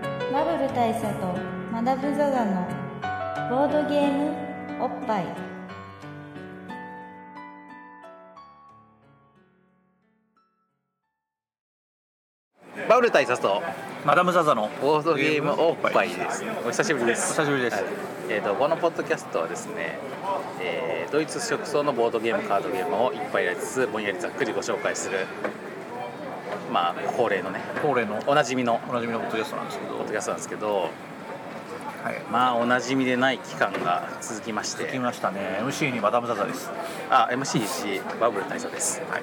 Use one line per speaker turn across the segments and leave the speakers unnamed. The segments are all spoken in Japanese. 部大佐とマダブザザのボードゲームおっぱい
バウル大佐と
マダムザザの
ボードゲームおっぱいです。
お久しぶりです。お久しぶりです。
はいえー、とこのポッドキャストはですね、えードイツ直送のボードゲームカードゲームをいっぱいやりつつぼんやりざっくりご紹介するまあ恒例のね
恒例の
おなじみの
おなじみのポッドキャストなんですけど、
ポッドキャストなんですけど
はい。
まあおなじみでない期間が続きまし
聞き
て
ましたね。MC にマダムザザです。
あ MC しバブル大佐です。
はい。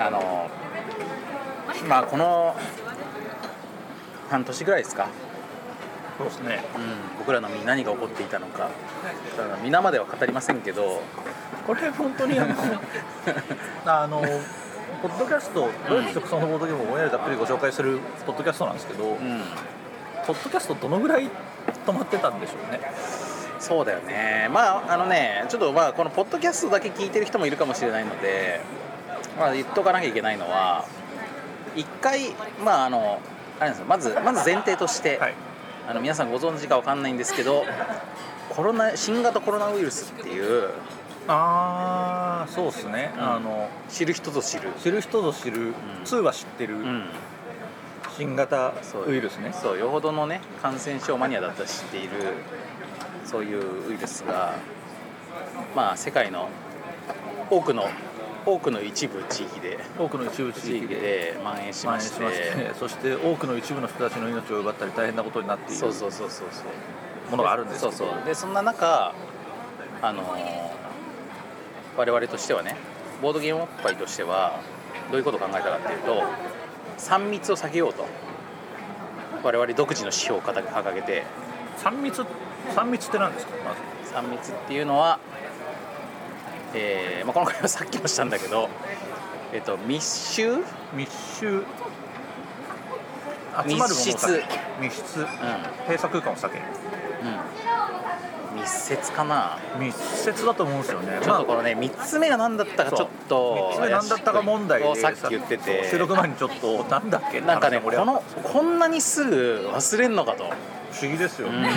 あのまあこの半年ぐらいですか
そうですね。
うん、僕らの身に何が起こっていたのかだから皆までは語りませんけど
これ本当にあのあのポッドキャストドイツ直送のボードゲームをオンエアでざっくりご紹介するポッドキャストなんですけど、
うん
ポッドキャストどのぐらい止まってたんでしょうね。
そうだよねまああのねちょっとまあこのポッドキャストだけ聞いてる人もいるかもしれないので、まあ、言っとかなきゃいけないのは一回まああのあれなんですよまずまず前提として、
はい。
あの皆さんご存知かわかんないんですけどコロナ新型コロナウイルスっていう
ああ、そうですね。
うん
あの
知る人ぞ知る、
知る人ぞ知る、通は知ってる、
うん、
新型
そう
ウイルスね。
そうよほどのね感染症マニアだったら知っているそういうウイルスがまあ世界の多くの多くの一部地域で
多くの一部地
地
域
域
で
で蔓延しまして
蔓延しましてそして多くの一部の人たちの命を奪ったり大変なことになってい
そう
る
そうそうそうそう
ものがあるんですけ
そう
ど
そうでそんな中あのー我々としてはねボードゲームおっぱいとしてはどういうことを考えたかっていうと3密を避けようと我々独自の指標を掲げて
三密三密って何ですかまず
3密っていうのは、えーまあ、この回はさっきもしたんだけど、えっと密集、うん、
密集集まるものを
密
避
室
ける密室閉鎖空間を避ける
うん、密接かな
密接だと思うんですよね
ちょっとこのね3つ目が何だったかちょっと
3つ目何だったか問題
を
で
さっき言ってて
そう収録前にちょっとなんだっけ
なんかね
って話が盛
こ
り上がっ
のこんなにすぐ忘れんのかと、
た不思議ですよ
う
ね、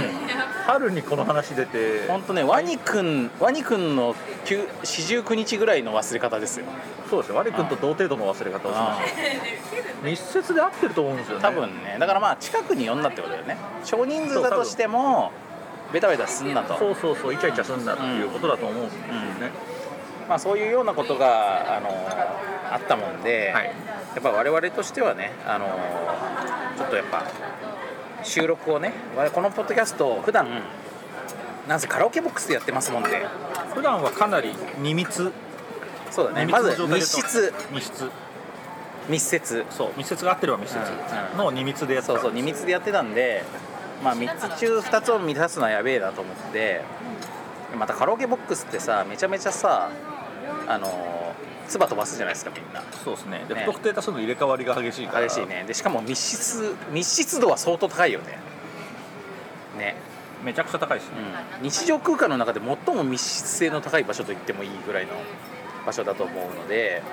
春にこの話出て
ん、ほんとねワニくんワニくんの9 49日ぐらいの忘れ方ですよ
そうですよ我君と同程度の忘れ方をしました密接で合ってると思うんですよね
多分ねだからまあ近くに呼んだってことだよね少人数だとしてもベタベタすんなと
そうそうそうイチャイチャすんなっていうことだと思うんですよね、
まあ、そういうようなことがあのあったもんで、
はい
やっぱ我々としてはねあのちょっとやっぱ収録をね我々このポッドキャストを普段なんせカラオケボックスでやってますもんで
普段はかなり二密
そうだね
二密
ま
の
ず
状態で
密室
密室
密接
そう密接が合ってれば密接
うんうん
の二密でやった
そうそう2密でやってたんで、まあ、3つ中2つを満たすのはやべえなと思ってまたカラオケボックスってさめちゃめちゃさあの唾飛ばすじゃないですかみんな
そうですねで
ね
不特定多数の入れ替わりが激しいから
激しいねでしかも密室密室度は相当高いよねね、
めちゃくちゃ高いですね
うん、日常空間の中で最も密室性の高い場所と言ってもいいぐらいの場所だと思うので、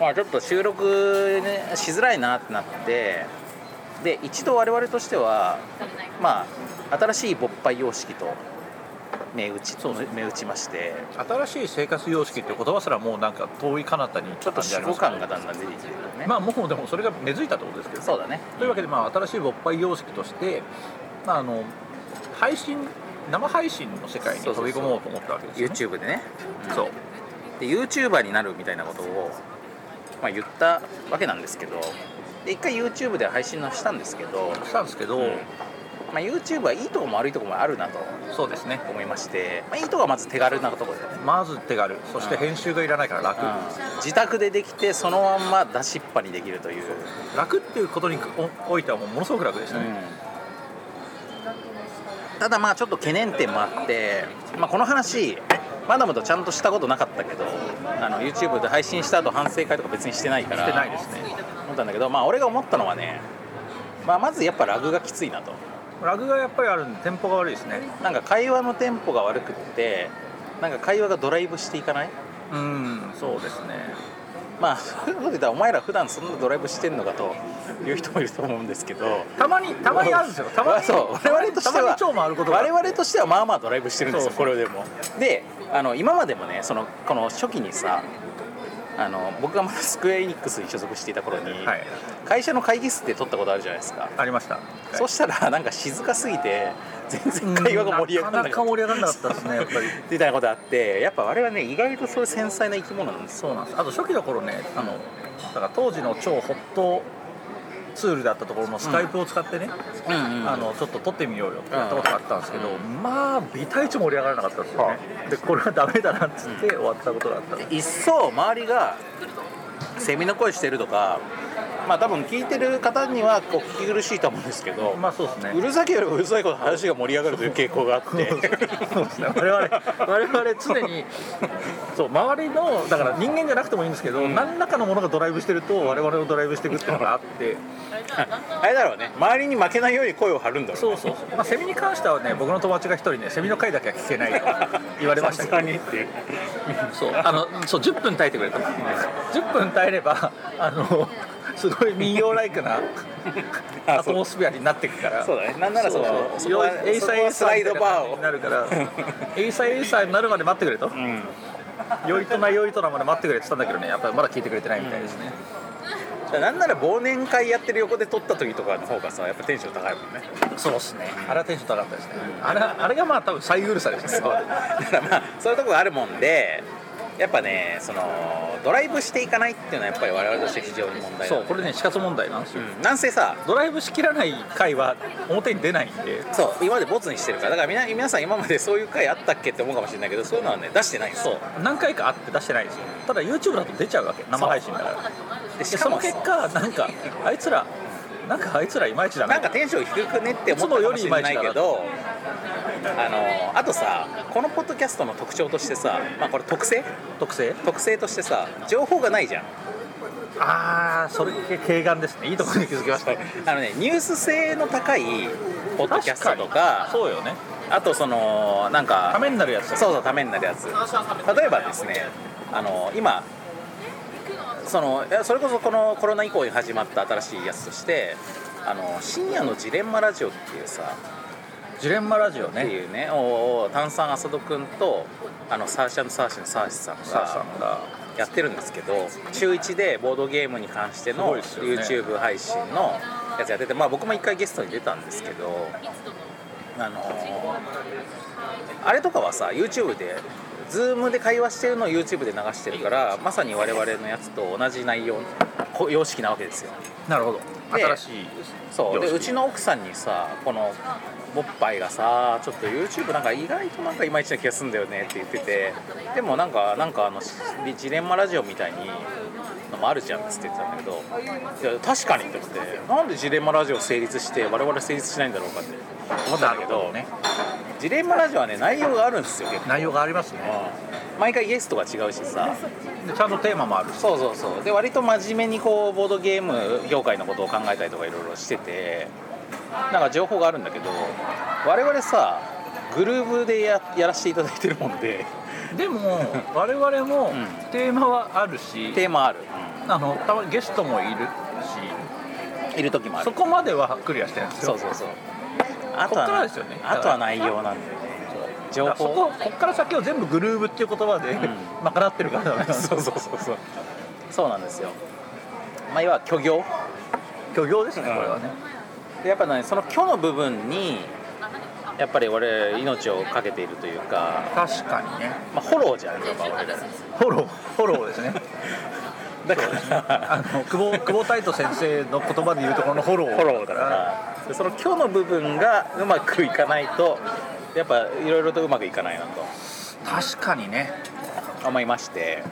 まあ、ちょっと収録、ね、しづらいなってなってで一度我々としてはまあ新しい勃発様式と銘打ち銘打ちまして
新しい生活様式って言葉すらもうなんか遠い彼方に
ちょっと
感じ
死
ありま
後
すけど
感がだんだん出てきてるよね、
まあもうでもそれが根付いたってことですけど
そうだね
というわけでまあ新しい勃発様式としてまああの配信生配信の世界に飛び込もうと思ったわけですよね
YouTube でね
そう
で YouTuber になるみたいなことを、まあ、言ったわけなんですけどで一回 YouTube で配信のしたんですけど、
したんですけど
まあ、YouTube はいいとこも悪いとこもあるなと
そうですね
思いまして、まあ、いいとこはまず手軽なところだよね、
まず手軽そして編集がいらないから楽、
うん自宅でできてそのまんま出しっぱにできるという、
楽っていうことにおおいてはもうものすごく楽でしたね、
ただまあちょっと懸念点もあって、まあ、この話マダムとちゃんとしたことなかったけどあの YouTube で配信した後反省会とか別にしてないから
してないですね
思ったんだけど、まあ、俺が思ったのはね、まあ、まずやっぱラグがきついなと
ラグがやっぱりあるんでテンポが悪いですね
なんか会話のテンポが悪くってなんか会話がドライブしていかない
うんそうですね
まあそういうこと言ったらお前ら普段そんなドライブしてんのかという人もいると思うんですけど
たまにたまにあるんですよた ま
まあ
に
そう我々として
たま
は
に超回ることがあ
我
る
々としてはまあまあドライブしてるんですよ
そう
これでもであの今までもねそのこの初期にさあの僕がまだスクエア・エニックスに所属していた頃に、
はい
会社の会議室で撮ったことあるじゃないですか、
ありました
そしたらなんか静かすぎて全然会話が盛り上がらな
な
か
か
っ
なか盛り上がらなかったですねやっぱり
たみたいなことあってやっぱ我々ね意外とそういう繊細な生き物なんですよ
そうなんですあと初期の頃ねあのだから当時の超ホットツールだったところのスカイプを使ってね、
うんうん
あのちょっと撮ってみようよってやったことがあったんですけど、
う
まあビタイチ盛り上がらなかったんですよね、でこれはダメだなっつって終わったことがあったんです
一層周りがセミの声してるとかまあ多分聞いてる方にはこう聞き苦しいと思うんですけど、
まあそうですね
うるさければうるさいほど話が盛り上がるという傾向があって
そうですね我々我々常にそう周りのだから人間じゃなくてもいいんですけど、
うん
何らかのものがドライブしてると我々をドライブしていくっていうのがあって
あれだろうね周りに負けないように声を張るんだろう、ね、
そうそうそう、まあ、セミに関してはね僕の友達が一人ねセミの回だけは聞けないと言われましたけど
さすがにっていう
そうあのそう10分耐えてくれた10分耐えればあのすごい民謡ライクなア
あ
ト
そう
モスフェアになっていくから
そうだねなんならその
う
そこは
エイサイエイ
そこ
サ
はスラ
イ
イドバーを
になるからエイサイエイサイになるまで待ってくれと
うん
よいとなよいとなまで待ってくれって言ったんだけどねやっぱりまだ聞いてくれてないみたいですね、
だからなんなら忘年会やってる横で撮った時とかの方がさやっぱテンション高いもんね
そうっすねあれはテンション高かったですねあれあれがまあ多分最うるさですね今まで
だからまあそういうとこがあるもんでやっぱねそのドライブしていかないっていうのはやっぱり我々として非常に問題だ
そうこれね死活問題なんですよ、
うんなんせさ
ドライブしきらない回は表に出ないんで
そう今までボツにしてるからだからみな皆さん今までそういう回あったっけって思うかもしれないけどそういうのはね出してないんですよ
何回かあって出してないんですよただ YouTube だと出ちゃうわけ生配信だから
で
で
し
そ
か
の
も
結果なんかあいつらなんかあいつらいまいちだ
なん
な
かテンション低くねって思ったかもしれないけ
いつも
どあのあとさこのポッドキャストの特徴としてさ、まあ、これ特性
特性
特性としてさ情報がないじゃん
ああそれ軽眼ですねいいところに気づきました
あのねニュース性の高いポッドキャストとか
そうよね
あとそのなんか
ためになるやつだ
そうそうためになるやつ例えばですねあの今そのいやそれこそこのコロナ以降に始まった新しいやつとしてあの深夜のジレンマラジオっていうさ
ジレンマラジオ
って
ね
いうねおー炭酸浅戸君とあのサーシャンサーシャンサーシさん
さあさ
が
んが
やってるんですけど週1でボードゲームに関して
すご
の
いですよね
YouTube 配信のやつやってて、まあ、僕も一回ゲストに出たんですけどあのーあれとかはさ YouTube で Zoom で会話してるのを YouTube で流してるからまさに我々のやつと同じ内容こ様式なわけですよ
なるほど
で
新しい
そうで
様式
うちの奥さんにさこのボッパイがさちょっと YouTube なんか意外となんかいまいちな気がするんだよねって言っててでもなんかなんかあのジレンマラジオみたいにのもあるじゃんっつって言ってたんだけどいや確かにって思ってなんでジレンマラジオ成立して我々成立しないんだろうかって思ったんだけど
ね
ジレンマラジオはね内容があるんですよ結構
内容がありますね
毎回ゲストが違うしさ
でちゃんとテーマもあるし
そうそうそうで割と真面目にこうボードゲーム業界のことを考えたりとかいろいろしててなんか情報があるんだけど我々さグルーブでややらせていただいてるもんで
でも 我々も
うん
テーマはあるし、
テーマある、
あのたまにゲストもいるし
いる時もあ
そ
る
こまではクリアしてるんです
そ
よ
うそうそうあと
こっから
は
ですよね
あとは内容なんだよね情
だからそ
報
ここっから先を全部グルーブっていう言葉で、
ん
賄ってるから ダメなんです
そうそうそうそうそうなんですよまあ要は虚業
漁業ですねこれはね、
でやっぱねその虚の部分にやっぱり我々命を懸けているというか、
確かにね
まあ、フォローじゃないですか我々
フォローフォローですね
だから
あの久保久保太斗先生の言葉で言うところのフォロー
フォローだからでその今日の部分がうまくいかないとやっぱいろいろとうまくいかないなと
確かにね
思いまして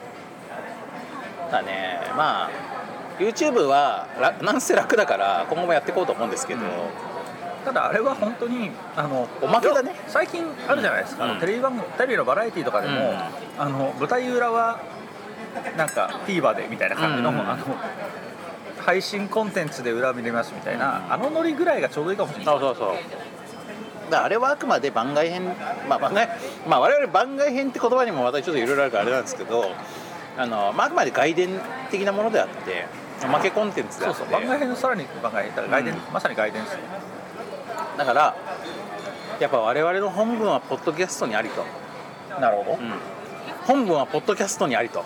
だねまあ YouTube はらなんせ楽だから今後もやっていこうと思うんですけど、
ただあれは本当にあの
おまけだね
最近あるじゃないですか、
うん
テレビ番組テレビのバラエティーとかでも、
うん
あの舞台裏はなんか TVer でみたいな感じの,、
うん
あの配信コンテンツで裏見れますみたいな、あのノリぐらいがちょうどいいかもしれない
そうそうそうだからあれはあくまで番外編まあ番外、まあ、我々番外編って言葉にもまたちょっといろいろあるからあれなんですけどあの、まあ、あくまで外伝的なものであっておまけコンテンツであ
そう
って
そう番外編のさらに番外編だから外伝、
う
まさに外伝ですよ
だからやっぱ我々の本文はポッドキャストにありと、
なるほ
本文はポッドキャストにありと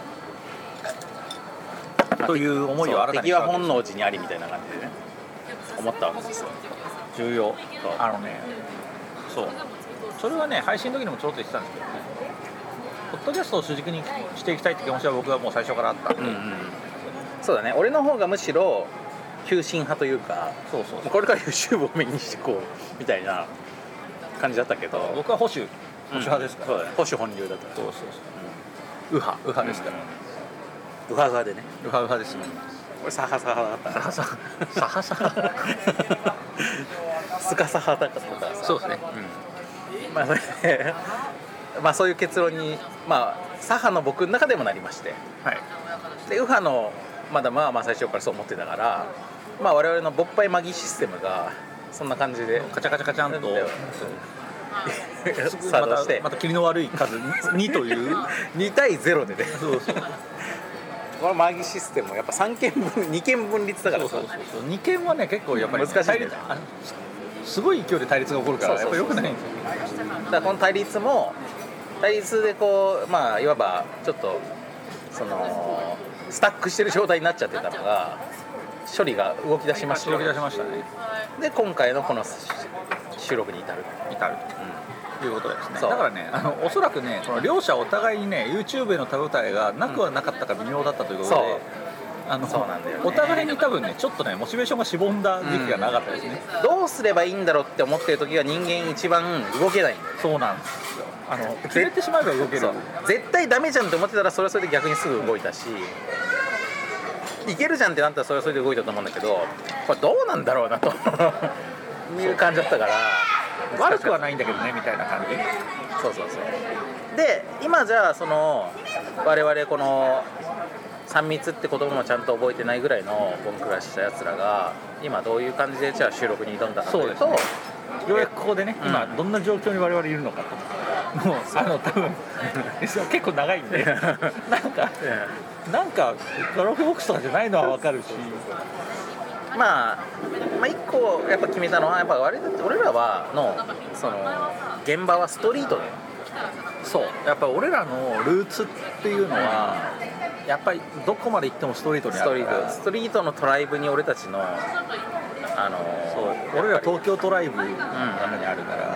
どという思いを新
そう
たに
敵
し
は
たわけで
本能寺にありみたいな感じでね思ったわけですよ
す重要
そう
あのねそうそれはね配信の時にもちょろっと言ってたんですけどポッドキャストを主軸にしていきたいって気持ちは僕はもう最初からあった
うんうんそうだね俺の方がむしろ急進派というか
そうそうそう
これから YouTube をメインにしていこうみたいな感じだったけど
僕は保守
保
保守派ですから、
そうだね保守本流だった
そう
う
そうそう右派右派ですから、
ウハウハでね
右派右派ですよ、
俺サハサハだった
サ
から
ハサハサハサハ
スカサハだったからさ
そうですね
うんまあそれでまあそういう結論にまあ左派の僕の中でもなりまして
はい
で右派のまだまあまあ最初からそう思ってたからまあ我々の勃発マギシステムがそんな感じで
カチャカチャカチャンと
作
ま
動して
たまた霧の悪 い数2と いう
2対0でね
そうそう
このマギシステムはやっぱ3件分2件分立だからさ
そうそうそう2件はね結構やっぱり
難しいね
対立あすごい勢いで対立が起こるから
そ
やっ
う
ぱ
そう
良
そう
くないんですよ
だからこの対立も対立でこうまあいわばちょっとそのスタックしてる状態になっちゃってたのが処理が動き出しましたよ
動き出しましたね
で今回のこの収録に至る、
至るということですね
そう
だからねあのおそらくねこの両者お互いにね YouTube への手応えがなくはなかったか微妙だったということで、
そう
あの
そうなんだよね
お互いに多分ねちょっとねモチベーションがしぼんだ時期がなかったですね、
どうすればいいんだろうって思ってる時が人間一番動けないんだよ
そうなんですよあの切れてしまえば動ける
絶対ダメじゃんって思ってたらそれはそれで逆にすぐ動いたしいけるじゃんってなったらそれはそれで動いたと思うんだけどこれどうなんだろう なという感じだったから
悪くはないんだけどねみたいな感じ
そうそうそうで今じゃあその我々この3密って言葉もちゃんと覚えてないぐらいのボンクラしたやつらが今どういう感じでじゃあ収録に挑んだかというと
そうですようやくここでね、
うん
今どんな状況に我々いるのかともうあの多分結構長いんでなんかなんかカラオケボックスとかじゃないのは分かるし
まあ、まあ、一個やっぱ決めたのはやっぱ我々俺らはのその現場はストリートで
そうやっぱ俺らのルーツっていうのはやっぱりどこまで行ってもストリートに
ス
あ
ト
る
リ
か
ート
ら
ストリートのトライブに俺たちのあの
そう俺ら東京トライブの中にあるから、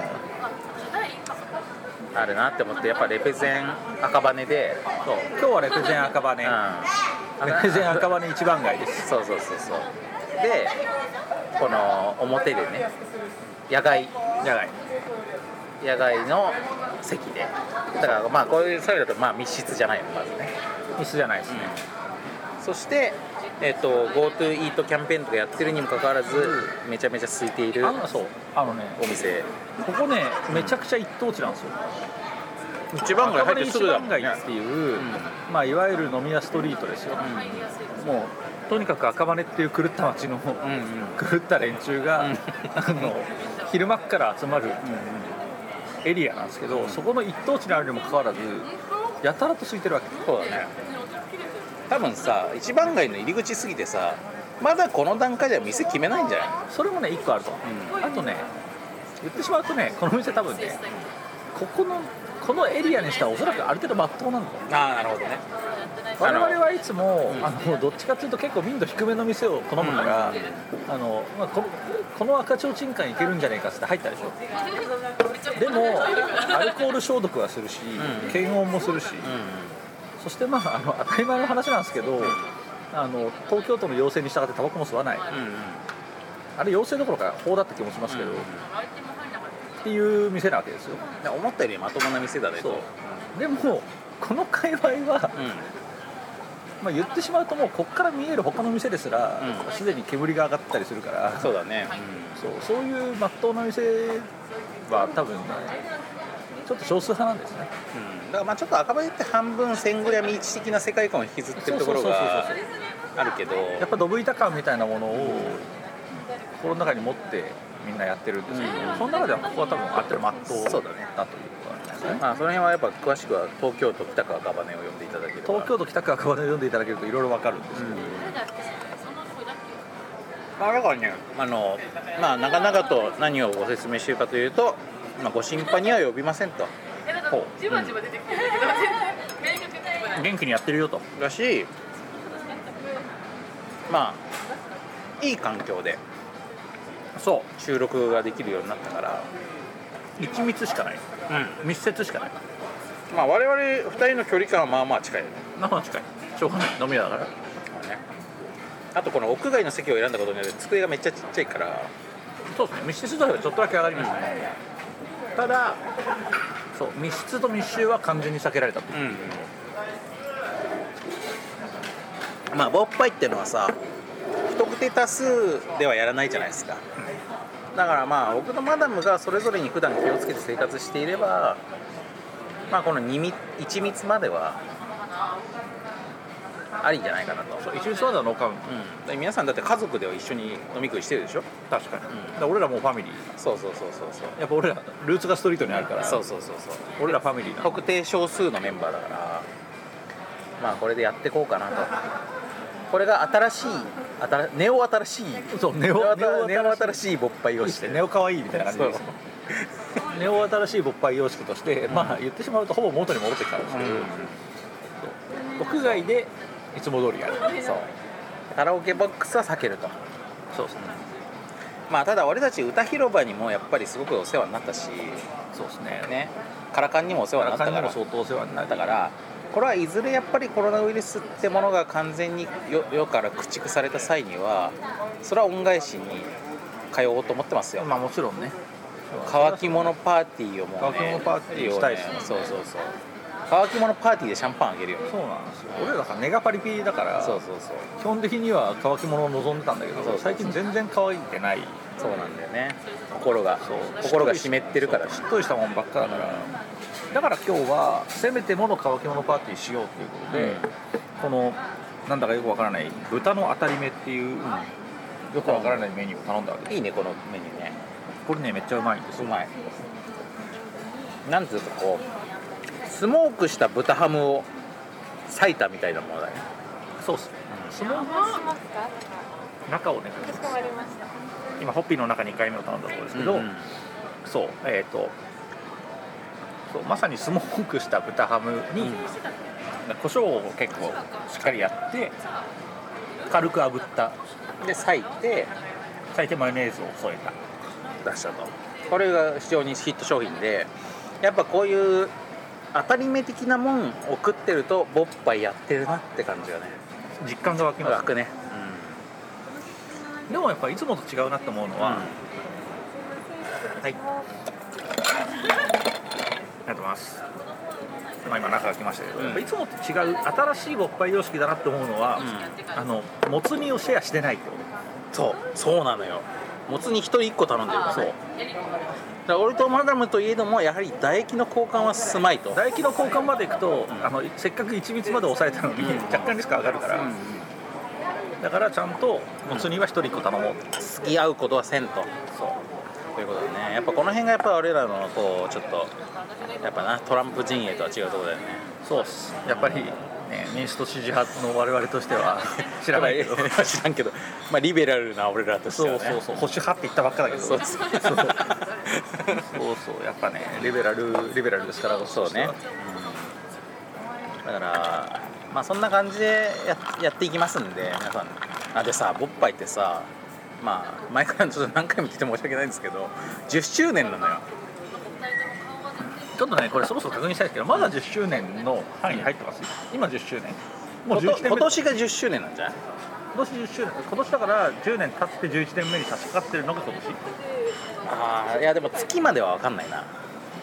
あるなって思ってやっぱレペゼン赤羽で、
そう今日はレペゼン赤羽、
うん、
レペゼン赤羽一番街です
そうそうそうそうでこの表でね野外
じゃない
野外の席でだからまあこういうそういうのだとまあ密室じゃないのまずね
ミスじゃないですね、
そして、えっと GoTo イートキャンペーンとかやってるにもかかわらずめちゃめちゃ空いている
あのそうあのね
お店
ここねめちゃくちゃ一等地なんですよ
一
赤羽一番街っていう、
ん
まあ、いわゆる飲み屋ストリートですよ、もうとにかく赤羽っていう狂った街の、
うんうん
狂った連中が、
うん
あの昼間っから集まるエリアなんですけど、そこの一等地にあるにもかかわらずやたらと空いてるわけ
そうだね多分さ一番街の入り口過ぎてさまだこの段階では店決めないんじゃない
それもね1個あると、あとね言ってしまうとねこの店多分ねここのこのエリアにしたらおそらくある程度まっとうなんだよ
ああなるほどね
我々はいつも、あのどっちかというと結構民度低めの店を好むから、あのまあ、ここの赤ちょうちん館行けるんじゃないかっつって入ったでしょでもアルコール消毒はするし、
うん
検温もするし、そしてまああの当たり前の話なんですけど、あの東京都の要請に従ってタバコも吸わない
うんうんうん
あれ要請どころか法だった気もしますけど、
うん
っていう店なわけですよ
だから思ったよりまともな店だねと
そうでもこの界隈は、
うん
まあ、言ってしまうともうこっから見える他の店ですら
うん
すで、に煙が上がったりするから
そうだね、
そうそういうまっとうな店は多分ねちょっと少数派なんですね
うんだからまあちょっと赤羽って半分戦後や道的な世界観を引きずってるところが
そうそう
あるけど
やっぱドブ板感みたいなものを心の中に持ってみんなやってるんですけど、
うん
その中ではここは多分あってるまっとう
そうだね
なというかですね
まあ、その辺はやっぱ詳しくは東京都北区赤羽を読んでいただければ
東京都北区赤羽を読んでいただけるといろいろわかるんですけど、
まあ、だからねあの、まあ、長々と何をご説明しているかというと、まあ、ご心配には及びませんと
なんかじわじわ出てきてるけど、 全然明確に言わない。
元気にやってるよと
だしまあいい環境でそう収録ができるようになったから、
一密しかない密接しかない
まあ、我々2人の距離感はまあまあ近いよね
生近いしょうがない飲み屋だから
あとこの屋外の席を選んだことによって机がめっちゃちっちゃいから
そうですね密室度合いはちょっとだけ上がりましたね、ただそう密室と密集は完全に避けられたと
まあ、ボッパイってのはさ不特定多数ではやらないじゃないですかだからまあ僕のマダムがそれぞれに普段気をつけて生活していればまあこの2密1密まではありじゃないかなと、
そう一律まではノーカウント
うん、で皆さんだって家族では一緒に飲み食いしてるでしょ
確かに、
ん
だから俺らもうファミリー
そうそうそうそうそう
やっぱ俺らルーツがストリートにあるから
そうそうそうそう
俺らファミリーなの
特定少数のメンバーだからまあこれでやっていこうかなとこれが新しい新ネオ新しい
そうネ
ネ
オ
オ
ネオ
ネオ新しい勃発をして
ネオ可愛いみたいな感じ
そう
ですネオ新しい勃発様式として、まあ言ってしまうとほぼ元に戻ってきたんですけど、屋外でいつも通りやる
そうカラオケボックスは避けると
そうですね
まあただ俺たち歌広場にもやっぱりすごくお世話になったし
そうですね
ねカラカンにもお世話になった
中
か
にも
ら
相当お世話にな
だ
った
か
から
らこれはいずれやっぱりコロナウイルスってものが完全に世世から駆逐された際にはそれは恩返しに通おうと思ってますよ
まあもちろんね
乾き物パーティーをもうね
乾き物パーティーしたいですね
そうそうそう乾き物パーティーでシャンパンあげるよ
そうなんですよ俺らさネガパリピだから
そうそうそう
基本的には乾き物を望んでたんだけ
そう
ど
そう
最近全然乾いてない
そうなんだよね心が
そう
心が湿ってるから
しっとりしたもんばっかだからだから今日はせめてもの乾き物パーティーしようということ
う
で、
ん
このなんだかよくわからない豚の当たり目っていう、よくわからないメニューを頼んだわけです
いいねこのメニューね
これねめっちゃうまいんです
う
よ
まいなんつうかこうスモークした豚ハムを裂いたみたいなものだね
そうっすその中をね今ホッピーの中に1回目を頼んだところですけど、
うん
そうえっ、とそうまさにスモークした豚ハムに、胡椒を結構しっかりやって軽く炙った
で裂いて
最低マヨネーズを添えた
出したとこれが非常にヒット商品でやっぱこういう当たり目的なもんを食ってるとボッパイやってるなって感じがね
実感が湧きま
湧
す
くね
でもやっぱいつもと違うなって思うのは、あ
はい
りがとうございます、まあ、今中が来ましたけど、やっぱいつもと違う新しい勃発様式だなって思うのは、あのもつ煮をシェアしてないってこ
そうそうなのよもつに一人一個頼んでるからそうだから俺とマダムといえどもやはり唾液の交換は進まいと
と唾液の交換までいくと、あのせっかく一密まで抑えたのに、若干リスク上がるから、だからちゃんともつ煮は一人一個頼もうって、
付き合うことはせんとということでねやっぱこの辺がやっぱ俺らのこうちょっとやっぱなトランプ陣営とは違うところだよね
そうっすやっぱり、ね、民主党支持派の我々としては知らないけど
知らんけどまあリベラルな俺らとしては
そう
ね
そうそう保守派って言ったばっかだけど
そうそう
そうそうそうやっぱねリベラルリベラルですから
そうね、だからまあそんな感じでややっていきますんで皆さんあでさボッパイってさまあ前からちょっと何回も聞いて申し訳ないんですけど10周年なのよ
ちょっとねこれそろそろ確認したいですけどまだ10周年の範囲に入ってます今10周年もう
こと
11年目
今年が10周年なんじゃない
今年10周年今年だから10年経って11年目に差し掛かってるのが今年
ああいやでも月までは分かんないな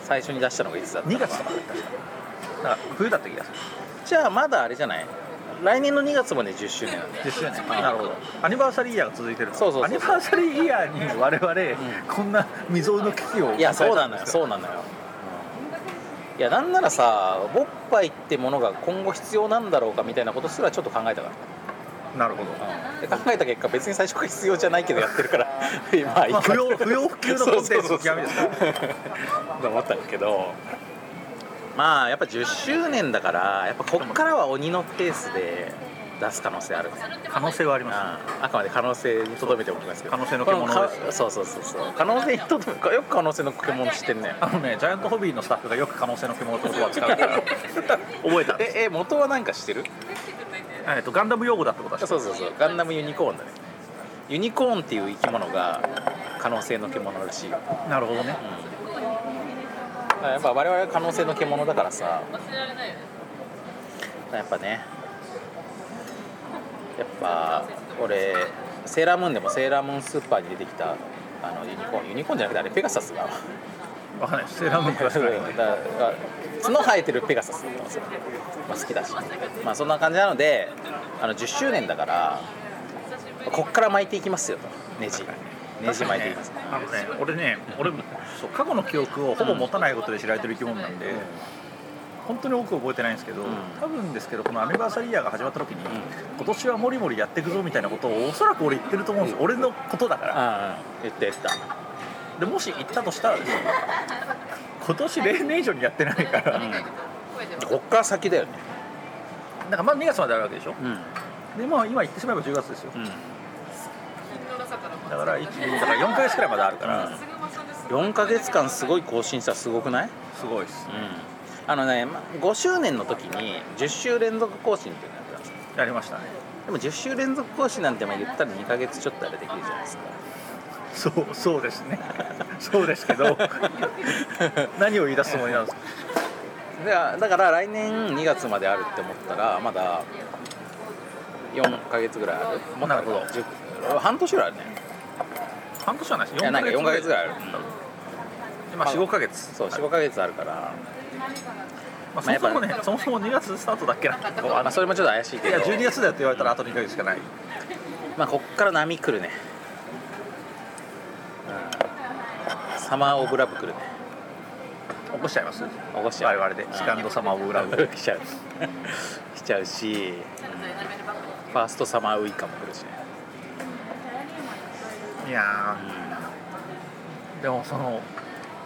最初に出したのがいつだった
2月とかだった確かだから冬だった気がする
じゃあまだあれじゃない来年の2月まで10周年なんだよ
10周年
あ
なるほどアニバーサリーイヤーが続いてる
そうそうそう
アニバーサリーイヤーに我々、こんな未曾有の危機を
いやそうなのよ
う
そうなのよ、いやなんならさボッパイってものが今後必要なんだろうかみたいなことすらちょっと考えたか
なるほど
ら、で考えた結果別に最初から必要じゃないけどやってるから まあいい
ま
か
あ 不要不要不急のコンテンツの極みですから
と思ったけどまあやっぱ10周年だからやっぱこっからは鬼のペースで出す可能性ある
可能性はあります
あああくまで可能性にとどめておきますけど
可能性の獣ですよ
こかそうそうそうそう可能性にとどめよく可能性の獣知ってんね
あのねジャイアントホビーのスタッフがよく可能性の獣と言葉を使うから覚えたんです
ええ元は何かしてる
えっとガンダム用語だってことは知って
そうそうそうガンダムユニコーンだねユニコーンっていう生き物が可能性の獣らしいよ、うん
るなるほどね
まあやっぱ我々は可能性の獣だからさ
忘れられないよね
やっぱねやっぱ俺セーラームーンでもセーラームーンスーパーに出てきたあのユニコーンユニコーンじゃなくてあれペガサスだわ
わかんないですセーラームーン詳しくないんで
だから角生えてるペガサスだったんですよ、まあ、好きだし、まあ、そんな感じなのであの10周年だからこっから巻いていきますよとネジネジ巻いていきます
あのね俺ね俺そう過去の記憶をほぼ持たないことで知られてる生き物なんで、本当に多く覚えてないんですけど、
ん
多分ですけどこのアニバーサリーイヤーが始まった時に、
ん
今年はモリモリやっていくぞみたいなことをおそらく俺言ってると思うんですよ、俺のことだから、
ああ言って言った
でもし言ったとしたらですよ今年例年以上にやってないから、
ん
だ
声で
こっから先だよね
からまあ2月まであるわけでしょ、
うん
でまあ今言ってしまえば10月ですよ、
うん
金のなさから
だから一だから4ヶ月くらいまであるから、
うん
すぐまさんです
4ヶ月間すごい更新したらすごくない
すごいです
あのねま5周年の時に10週連続更新っていうのやったんですよ
やりましたね
でも10週連続更新なんてまあ言ったら2ヶ月ちょっとあれできるじゃないですか
そうそうですねそうですけど何を言い出すつもりなんですか
でだから来年2月まであるって思ったらまだ4ヶ月ぐらいあるもう
なるほど
10半年ぐらいあるね
半年はないです
いやなんか4ヶ月ぐらいある、
まあ45ヶ月
そう45ヶ月あるから、
まあ、
まあやっぱ
そもそもねそもそも2月スタートだっけな
こうまあ、それもちょっと怪しい
い
けど
や12月だよって言われたらあと2ヶ月しかない
まあこっから波来るね、うん、サマーオブラブ来るね
起こしちゃいます
起こしちゃ
我
う
々で
うん
セカンドサマーオブラ ブ
来ちゃう来ちゃうしファーストサマーウイカも来るしね
いやーでもその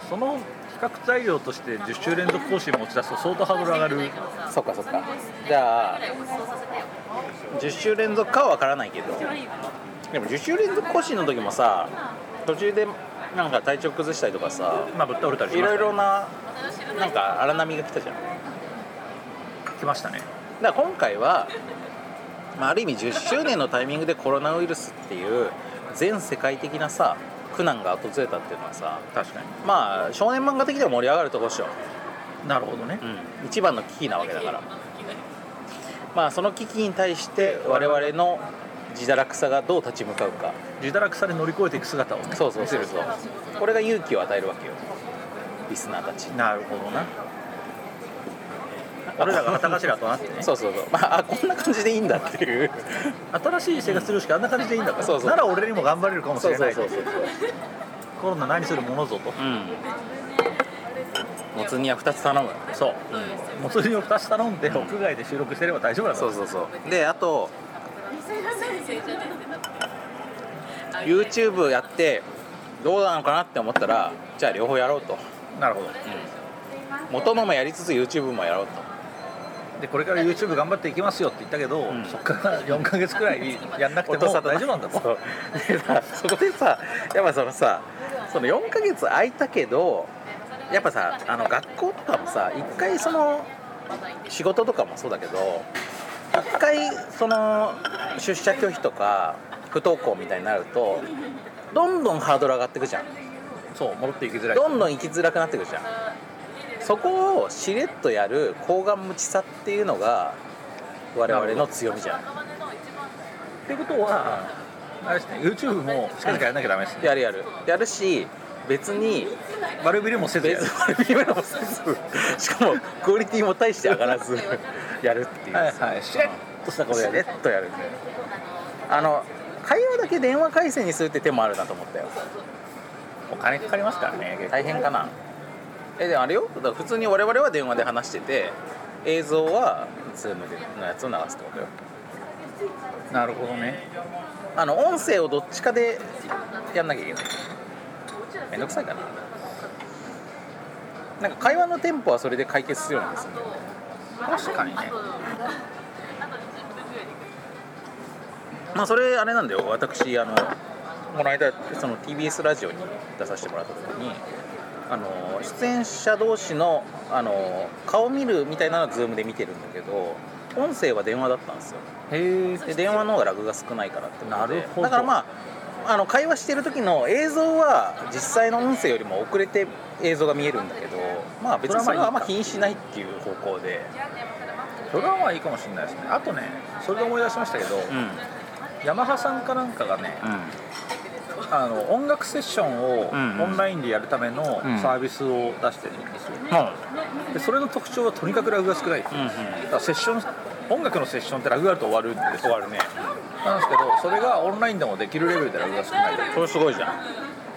その比較材料として10週連続更新も打ち出すと相当ハードル上がる
そっかそっかじゃあ10週連続かは分からないけどでも10週連続更新の時もさ途中でなんか体調崩したりとかさ
まあぶっ倒れたりし
い
ま
ろ
し
い
た
ろ
ね
ななんか荒波が来たじゃんだ
来ましたね
から今回は、まあ、ある意味10周年のタイミングでコロナウイルスっていう全世界的なさ苦難が訪れたっていうのはさ
確か
まあ少年漫画的には盛り上がるとこでしょ、
になるほどね
うん、一番の危機なわけだからまあその危機に対して我々の自堕落さがどう立ち向かうか
自堕落さで乗り越えていく姿をね
そうそうそうそうこれが勇気を与えるわけよリスナーたちに
なるほどな俺らが旗頭となってね
そうそうそうまああこんな感じでいいんだっていう
新しい生活するしかあんな感じでいいんだから
そうそう
なら俺にも頑張れるかもし
そう
れ
そ
な
う
い
そうそう
コロナ何するものぞと
うんもつ煮は2つ頼む
そう、もつ煮を2つ頼んで屋外で収録してれば大丈夫だ
そう
う
そうそうであと YouTube やってどうなのかなって思ったらじゃあ両方やろうと
なるほど
元のもやりつつ YouTube もやろうと
でこれから YouTube 頑張っていきますよって言ったけど、
ん
そっから4ヶ月くらいやんなくても大丈夫なんだと
そうでさそこでさやっぱそのさその4ヶ月空いたけどやっぱさあの学校とかもさ一回その仕事とかもそうだけど一回その出社拒否とか不登校みたいになるとどんどんハードル上がってくじゃん
そう戻っていきづらい
どんどん行きづらくなってくじゃんそこをしれっとやる高顔無知さっていうのが我々の強みじゃん
ってことはあれですね YouTube も近々やんなきゃダメですね
やるやるやるし別に
丸ビルもせずや
別
る
に ビもせずしかもクオリティも大して上がらず やるっていう、
はいはいしれっとした
こ
こ
れし
とや
れっ
で
とやるんだよあの会話だけ電話回線にするって手もあるなと思ったよ
お金かかりますからね結構
大変かなえでもあれよだから普通に我々は電話で話してて映像は Zoom のやつを流すってことよ
なるほどね
あの音声をどっちかでやんなきゃいけないめんどくさいかななんか会話のテンポはそれで解決するようなんですよね確かにね
あとあと20分ぐらいで
まあそれあれなんだよ私あのこの間その TBS ラジオに出させてもらった時にあの出演者同士のあの顔見るみたいなのは Zoom で見てるんだけど音声は電話だったんですよ
へえ
で電話の方がラグが少ないからってことで
なるほど
だからまああの会話してる時の映像は実際の音声よりも遅れて映像が見えるんだけどまあ別にそれはあんま気にしないっていう方向で
それはまあいいかもしれないですねあとねそれで思い出しましたけど、
うんうん
ヤマハさんかなんかがねあの音楽セッショ
うん
ン
うん
をオンラインでやるための
うん
サービスを出してるんですよ、でそれの特徴はとにかくラグが少ない、だ
うんうん
からセッション音楽のセッションってラグがあると終わるんです終わるねなんですけどそれがオンラインでもできるレベルでラグが少ない
それすごいじゃん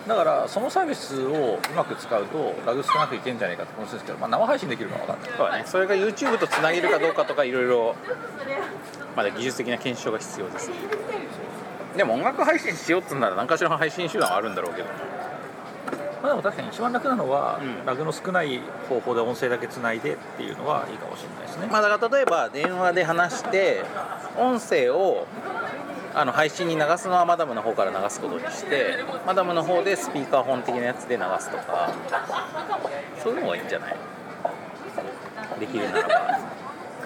だからそのサービスをうまく使うとラグ少なくいけんじゃないかって思うんですけど、まあ、生配信できるか分かんない
そうだね、それが YouTube とつなげるかどうかとかいろいろまだ技術的な検証が必要ですでも音楽配信しようっつんなら何かしらの配信手段はあるんだろうけど
まあ、でも確かに一番楽なのは、
うん
ラグの少ない方法で音声だけつないでっていうのはいいかもしれないですね、
まあだから例えば電話で話して音声をあの配信に流すのはマダムの方から流すことにしてマダムの方でスピーカー本的なやつで流すとかそういうのがいいんじゃないできるならば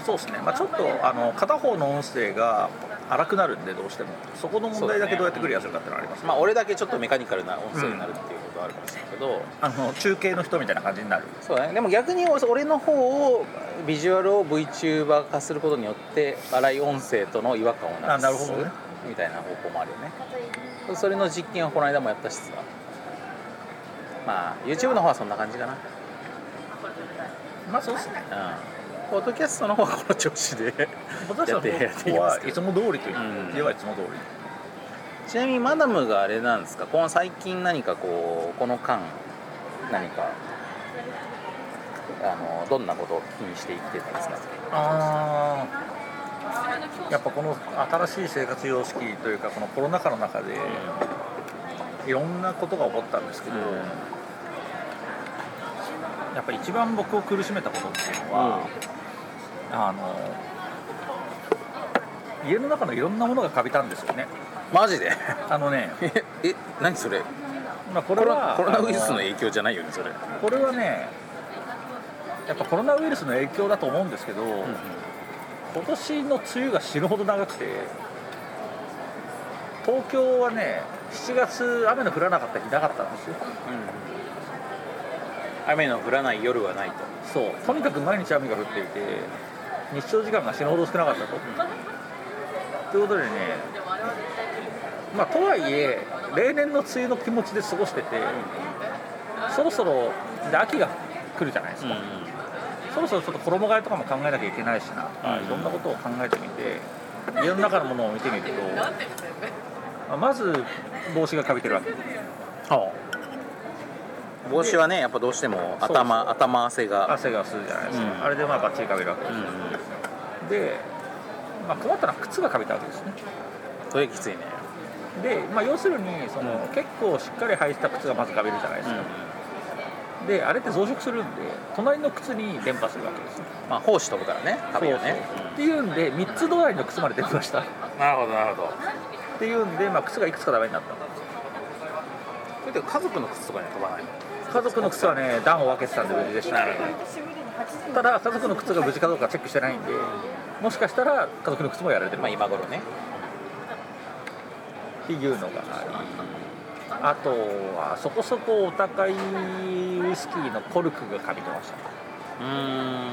そうですね、まあ、ちょっとあの片方の音声が荒くなるんでどうしてもそこの問題だけどうやってクリアするかっていうのはありますね
まあ俺だけちょっとメカニカルな音声になるっていうことはあるかもしれないけど、
あの中継の人みたいな感じになる
そうだね、でも逆に俺俺の方をビジュアルを VTuber 化することによって荒い音声との違和感をなくす
あなるほどね
みたいな方向もあるよねそれの実験をこの間もやったしさまあ YouTube の方はそんな感じかな
まあそうですね
うんポッドキャストの方はこの調子で
私
や
た
っ
ち
てや
の
ってい
方
きま
は
すけど
いつも通りという
うん
言えばいつも通り
ちなみにマダムがあれなんですかこの最近何かこうこの間何かあのどんなことを気にして生きてたんですか
ああやっぱこの新しい生活様式というかこのコロナ禍の中でいろんなことが起こったんですけど、やっぱ一番僕を苦しめたことっていうのは、あの家の中のいろんなものがカビたんですよね
マジで
あのね、
え え何それ
まあ、
コ
これ
ロ
は
コロナウイルスの
あ
影響じゃないよねそれ、
のこれはねやっぱコロナウイルスの影響だと思うんですけど、今年の梅雨が死ぬほど長くて東京はね7月雨の降らなかった日なかったんですよ
雨の降らない夜はないと
そうとにかく毎日雨が降っていて日照時間が死ぬほど少なかったと、ということでねまあとはいえ例年の梅雨の気持ちで過ごしてて、そろそろで秋が来るじゃないですか、そろそろちょっと衣替えとかも考えなきゃいけないしな、
うん
いろんなことを考えてみて家の中のものを見てみると、
なんて言うんだよね
まあまず帽子がかびてるわけ
帽子はねやっぱどうしても
そうそう
頭頭汗が、
汗がするじゃないですか、
うん
あれでまあバッチリかびるわけ
うんうん、
で、まあ、困ったのは靴がかびたわけですね
それきついね、
で、まあ、要するにその、
うん
結構しっかり履いてた靴がまずかびるじゃないですか、であれって増殖するんで隣の靴に伝播するわけですよ
まあ胞子飛ぶからね壁をね
そうそうっていうんで3つ隣の靴まで出ましたっ
なるほどなるほど
ていうんで、まあ、靴がいくつかダメになった
それって家族の靴とかには飛ばない
家族の靴はね段を分けてたんで無事でしたただ家族の靴が無事かどうかチェックしてないんでもしかしたら家族の靴もやられてる
まあ今頃ね
っていうのがああとはそこそこお高いウイスキーのコルクがかびてました
うん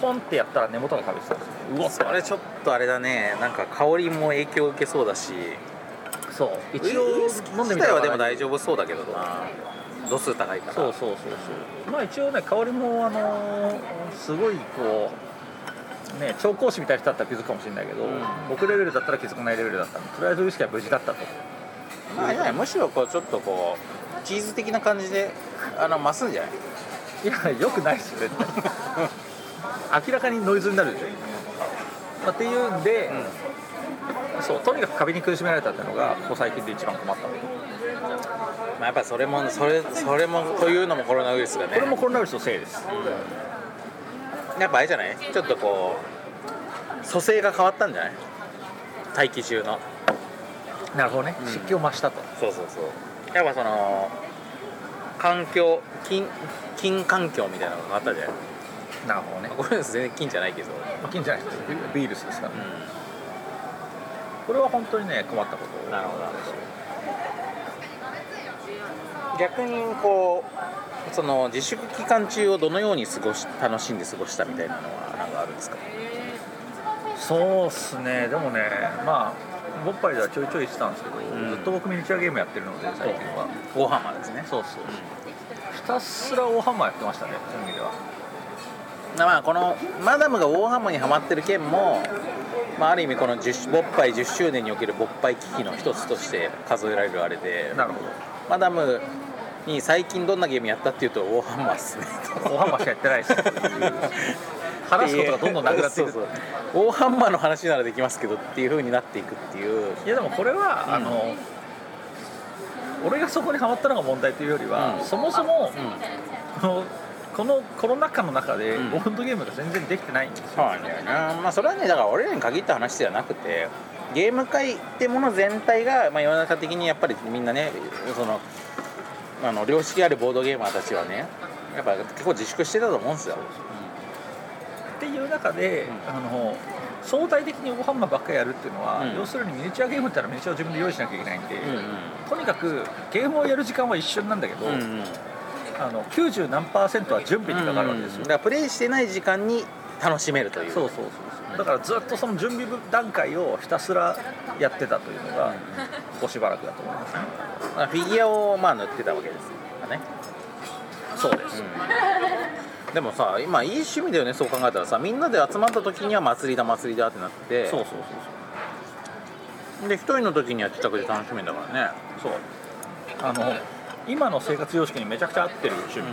ポンってやったら根元がかびてたんですよ
うわそれちょっとあれだねなんか香りも影響受けそうだし
そう
一
一
応
応
飲
飲
ん
ん
で
で
み
み
た
た
ら
ら
はでも大丈夫そうだけどな度数高いから
そうそうそうそうまあ一応ね香りもあのーすごいこうね調香師みたいな人だったら気づくかもしれないけど、
ん
僕レベルだったら気づかないレベルだったんでとりあえずウイスキーは無事だったと
まあいやむしろこうちょっとこうチーズ的な感じであの増すんじゃない
いやよくないですよ 絶対明らかにノイズになるでしょ、まあ、っていうんで、そうとにかく壁に苦しめられたっていうのがここ最近で一番困ったこじゃんこ
まあ、やっぱりそれもそれそれもというのもコロナウイルスがね
れもコロナウイルスのせいです
やっぱあれじゃないちょっとこう蘇生が変わったんじゃない大気中の
なるほどね、
うん
湿気を増したと
そうそうそうやっぱその環境菌菌環境みたいなのがあったじゃない
なるほどね
コロナウイルス全然菌じゃないけど、
金じゃないですビールスですから、
う
これは本当にね困ったこと
ん、なるほど逆にこうその自粛期間中をどのように過ごし楽しんで過ごしたみたいなのはなんかあるんですか
そうっすねでもねまあボッパイではちょいちょいしてたんですけど、
ん
ずっと僕ミニチュアゲームやってるので最近は
大浜ですね
そうそうひたすら大ハンマーやってましたねそういう意味では
まあこのマダムが大浜にはまってる件も、まあ、ある意味この10ボッパイ10周年におけるボッパイ危機の一つとして数えられるあれで
なるほ
マダムに最近どんなゲームやったっていうと大ハンマーっすね
ど大ハンマーしかやってないです 話すことがどんどんなくなっていく
そうそう大ハンマーの話ならできますけどっていう風になっていくっていう
いやでもこれは、
うん
あの俺がそこにハマったのが問題というよりは、
うん
そもそも、
ん
あのこのコロナ禍の中で、
うん
ボードゲームが全然できてないんですよ
そうなんだよな、まあ、それはねだから俺らに限った話ではなくてゲーム界ってもの全体が、まあ、世の中的にやっぱりみんなねそのあの良識あるボードゲーマーたちはねやっぱ結構自粛してたと思うんですよ、
っていう中で、
う
あの相対的に大ハンマーばっかりやるっていうのは、
うん
要するにミニチュアゲームってのはミニチュアを自分で用意しなきゃいけないんで、
うん
とにかくゲームをやる時間は一緒なんだけど、
うんうんうん
あの90何パーセントは準備にかかるわけですよ、
だからプレイしてない時間に楽しめるという
そうそうそうそうだからずっとその準備段階をひたすらやってたというのが、ここしばらくだと思いますね
まあフィギュアをまあ塗ってたわけですからね
そうです、
でもさ今いい趣味だよねそう考えたらさみんなで集まった時には祭りだ祭りだってなって
そうそうそう
で一人の時には自宅で楽しめんだからね
そうそうあの今の生活様式にめちゃくちゃ合ってる趣味、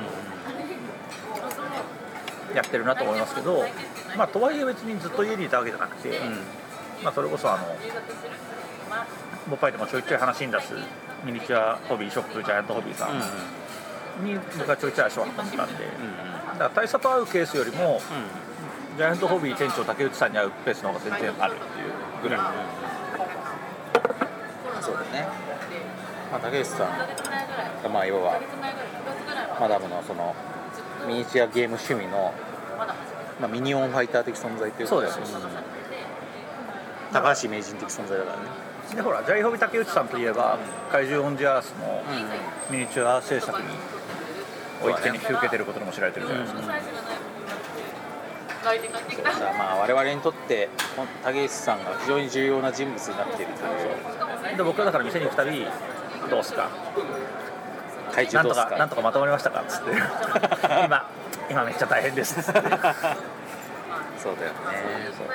やってるなと思いますけど、まあ、とはいえ別にずっと家にいたわけじゃなくて、まあ、それこそあのボパイでもちょいちょい話に出すミニチュアホビーショップジャイアントホビーさ
うんうんうん
んに僕はちょいちょい足を運んでたんで、
うん
だから大差と合うケースより
う
もジャイアントホビー店長竹内さんに会うペースの方が全然あるっていうぐらい、
ん、そうだね、まあ、竹内さんがまあ要はマダムのそのミニチュアゲーム趣味の、まあ、ミニオンファイター的存在というか
そうです
ん高橋名人的存在だからね、
でほらジャイホビ竹内さんといえば怪獣オンジャースのミニチュア制作にお一手に引き受けてることにも知られてるじゃないですか、
だからまあ我々にとってこの竹内さんが非常に重要な人物になっているという
で僕はだから店に行くたび「どうすか?」
怪
な
獣ど
んと
うす
か
か
なんとかまとまりましたかっつって 今今めっちゃ大変ですっつって
そうだよね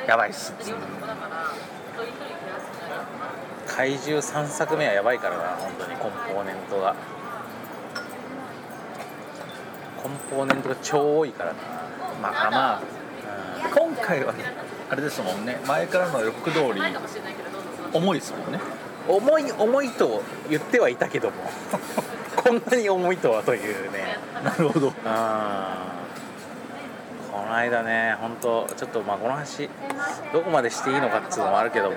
やばいっす
怪獣3作目はやばいからな本当にコンポーネントがコンポーネントが超多いからな
まあまあ今回はねあれですもんね前からの予告通り重いですもんね
重い重いと言ってはいたけども こんなに重いとはというね
なるほど
うんこの間ね本当ちょっとまあこの話どこまでしていいのかっていうのもあるけども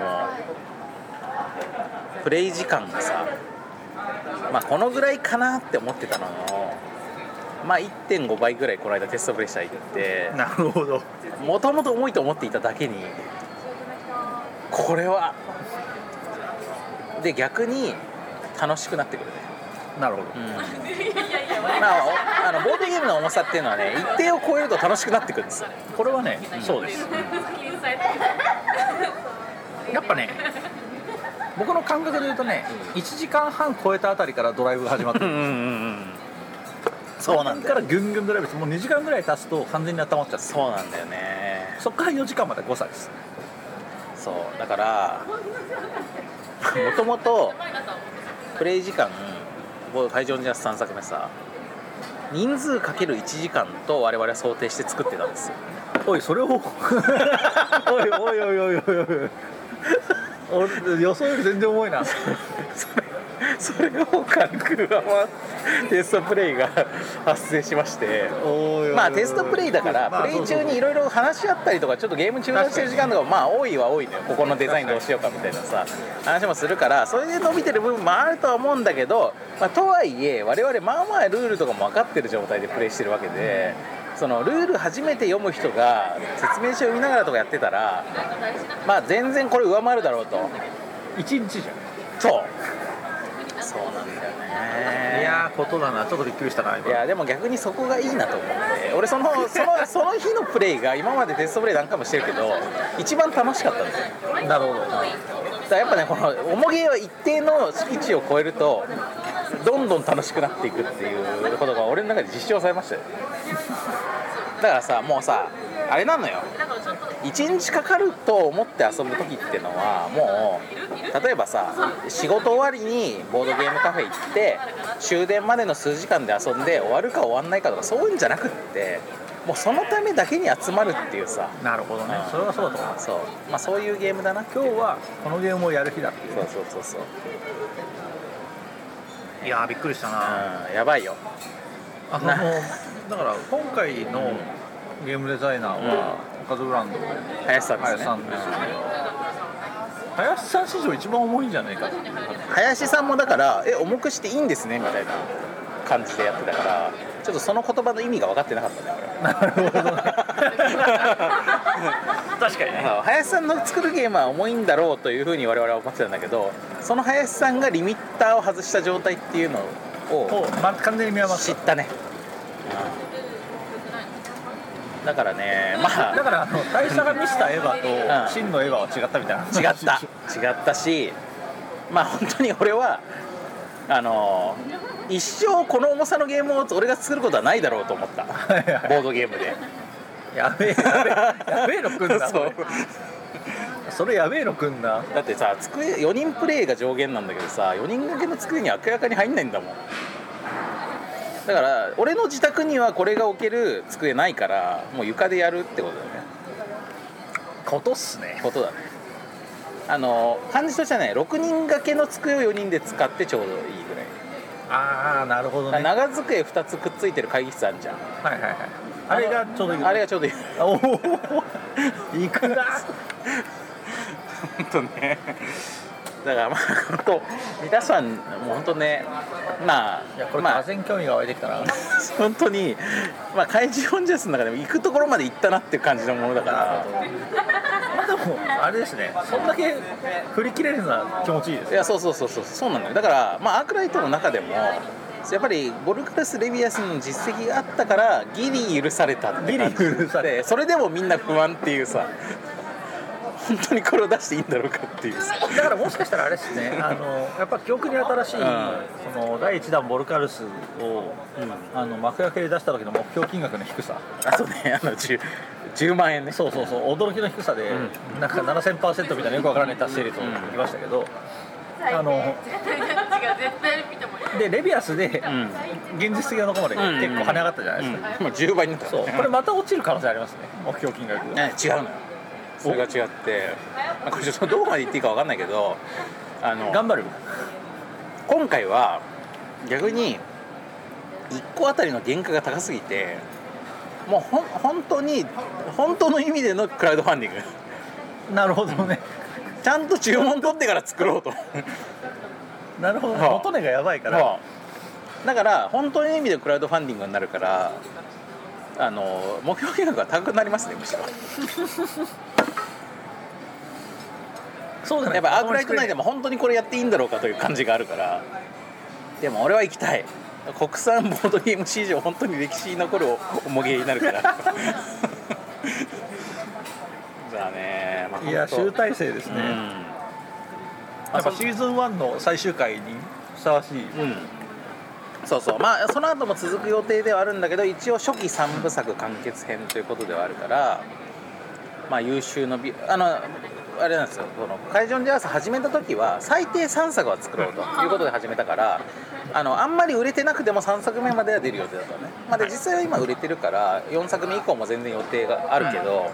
プレイ時間がさまあこのぐらいかなって思ってたのをまあ1.5倍ぐらいこの間テストプレッシャー行って
なるほど
もともと重いと思っていただけにこれはで逆に楽しくなってくるね、
なるほど
まあおあのボードゲームの重さっていうのはね一定を超えると楽しくなってくるんですよ
これはねそうですやっぱね僕の感覚で言うとね1時間半超えたあたりからドライブが始まってる
そうなんだ
か
よ
らギュンギュンドライブですもう2時間ぐらい経つと完全に温まっちゃって
そうなんだよね
そっから4時間まで誤差です
そうだ からもともとプレイ時間こう会場のジャス3作目さ人数かける1時間と我々は想定して作ってたんですよ
おいそれをおいおいおいおいおいおいおい予想より全然重いな
そ それを軽く上回ってテストプレイが発生しまして
おー
まあテストプレイだから、
まあ
プレイ中にい
そう
ろいろ話し合ったりとかちょっとゲーム中断してる時間とかもまあ多いは多いのよここのデザインどうしようかみたいなさ話もするからそれで伸びてる部分もあるとは思うんだけど、まあ、とはいえ我々まあまあルールとかも分かってる状態でプレイしてるわけで。そのルール初めて読む人が説明書読みながらとかやってたらまあ全然これ上回るだろうと
そう一日じ
そうそうなんだよ
ゃ
ね
んいやーことだなちょっとびっくりしたない
いやでも逆にそこがいいなと思って俺そのそのその日のプレイが今までテストプレイ何回もしてるけど一番楽しかったんですよ
なるほど
だからやっぱねこの重げは一定の位置を超えるとどんどん楽しくなっていくっていうことが俺の中で実証されましたよだからさもうさあれなのよ1日かかると思って遊ぶ時ってのはもう例えばさ仕事終わりにボードゲームカフェ行って終電までの数時間で遊んで終わるか終わんないかとかそういうんじゃなくってもうそのためだけに集まるっていうさ
なるほどねそれはそうだと思います
そうまあそういうゲームだな
今日はこのゲームをやる日だってい
そうそうそうそう
ういやーびっくりしたな
うんやばいよ
あの
な
だから今回のゲームデザイナーは、カズブランドの
林さんです
林
ね
さんですよね林さん史上一番重いんじゃないかっていう
林さんもだから「え重くしていいんですね」みたいな感じでやってたからちょっとその言葉の意味が分かってなかったね俺
確かにね
あ林さんの作るゲームは重いんだろうというふうに我々は思ってたんだけどその林さんがリミッターを外した状態っていうのを
もう、ま、完全に見誤っ
知
た
ったねうんだからねまあ
だからあの会社が見せたエヴァ
うん
と真のエヴァは違ったみたいな
違った違ったしまあ本当に俺はあの一生この重さのゲームを俺が作ることはないだろうと思ったボ
いはい
ードゲームで
やべえやべえやべえの組んだ
そう
それやべえの組んだ
だってさ机4人プレイが上限なんだけどさ4人掛けの机に明らかに入んないんだもんだから俺の自宅にはこれが置ける机ないからもう床でやるってことだよね
ことっすね
ことだねあの感じとしてはね6人掛けの机を4人で使ってちょうどいいぐらい
ああなるほどねはい
長机2つくっついてる会議室あるじゃん
はいはいあれがちょうどいい
あれがちょうどいい
おおいくな
本当ねだからまあ本当皆さんもう本当ねまあ
いやこれ
ま
俄
あ
然興味が湧いてきたな、
本当にまあ怪獣オンジャスの中でも行くところまで行ったなっていう感じのものだから
まあでもあれですねそんだけ振り切れるのは気持ちいいです
いやそうそうそうそうそうなのよだからまあアークライトの中でもやっぱりボルカルス・レビアスの実績があったからギリ許されたって感じ
ギリ許され
でそれでもみんな不安っていうさ本当にこれを出していいんだろうかっていうさ
だからもしかしたらあれです ねあのやっぱ記憶に新しい、
うん
その第1弾ボルカルスを、
うん
あの幕開けで出した時の目標金額の低さ
あとねあの 10, 10万円ね
そうそうそう驚きの低さで、
う
なんか7000%みたいなよくわからない達成率を言いましたけど、あの
絶対見てもいい。
でレビアスで
うん、うん、
現実的なところまで結構跳ね上がったじゃないですか、
もう10倍になった
そうこれまた落ちる可能性ありますね目標金額が
ね違うのよそれが違って、まあ、これちょっとどこまで言っていいか分かんないけどあの
頑張る
今回は逆に1個あたりの原価が高すぎてもうほん本当に本当の意味でのクラウドファンディング
なるほどね
ちゃんと注文取ってから作ろうと
なるほどね
はあ
元値がやばいから
そうだから本当の意味でクラウドファンディングになるからあの目標金額が高くなりますねむしろ
そうじゃない
やっぱアークライト内でも本当にこれやっていいんだろうかという感じがあるからでも俺は行きたい国産ボードゲーム史上本当に歴史に残る重げになる からじゃあね、まあ、
いや
本
集
当
大成ですね、
う
やっぱシーズン1の最終回にふさわしい、
ん、うん、そうそうまあその後も続く予定ではあるんだけど一応初期3部作完結編ということではあるからまあ優秀のビあのあれなんですよこの会場のジャース始めた時は最低3作は作ろうということで始めたからあのあんまり売れてなくても3作目までは出る予定だったのね、まあ、で実際は今売れてるから4作目以降も全然予定があるけど、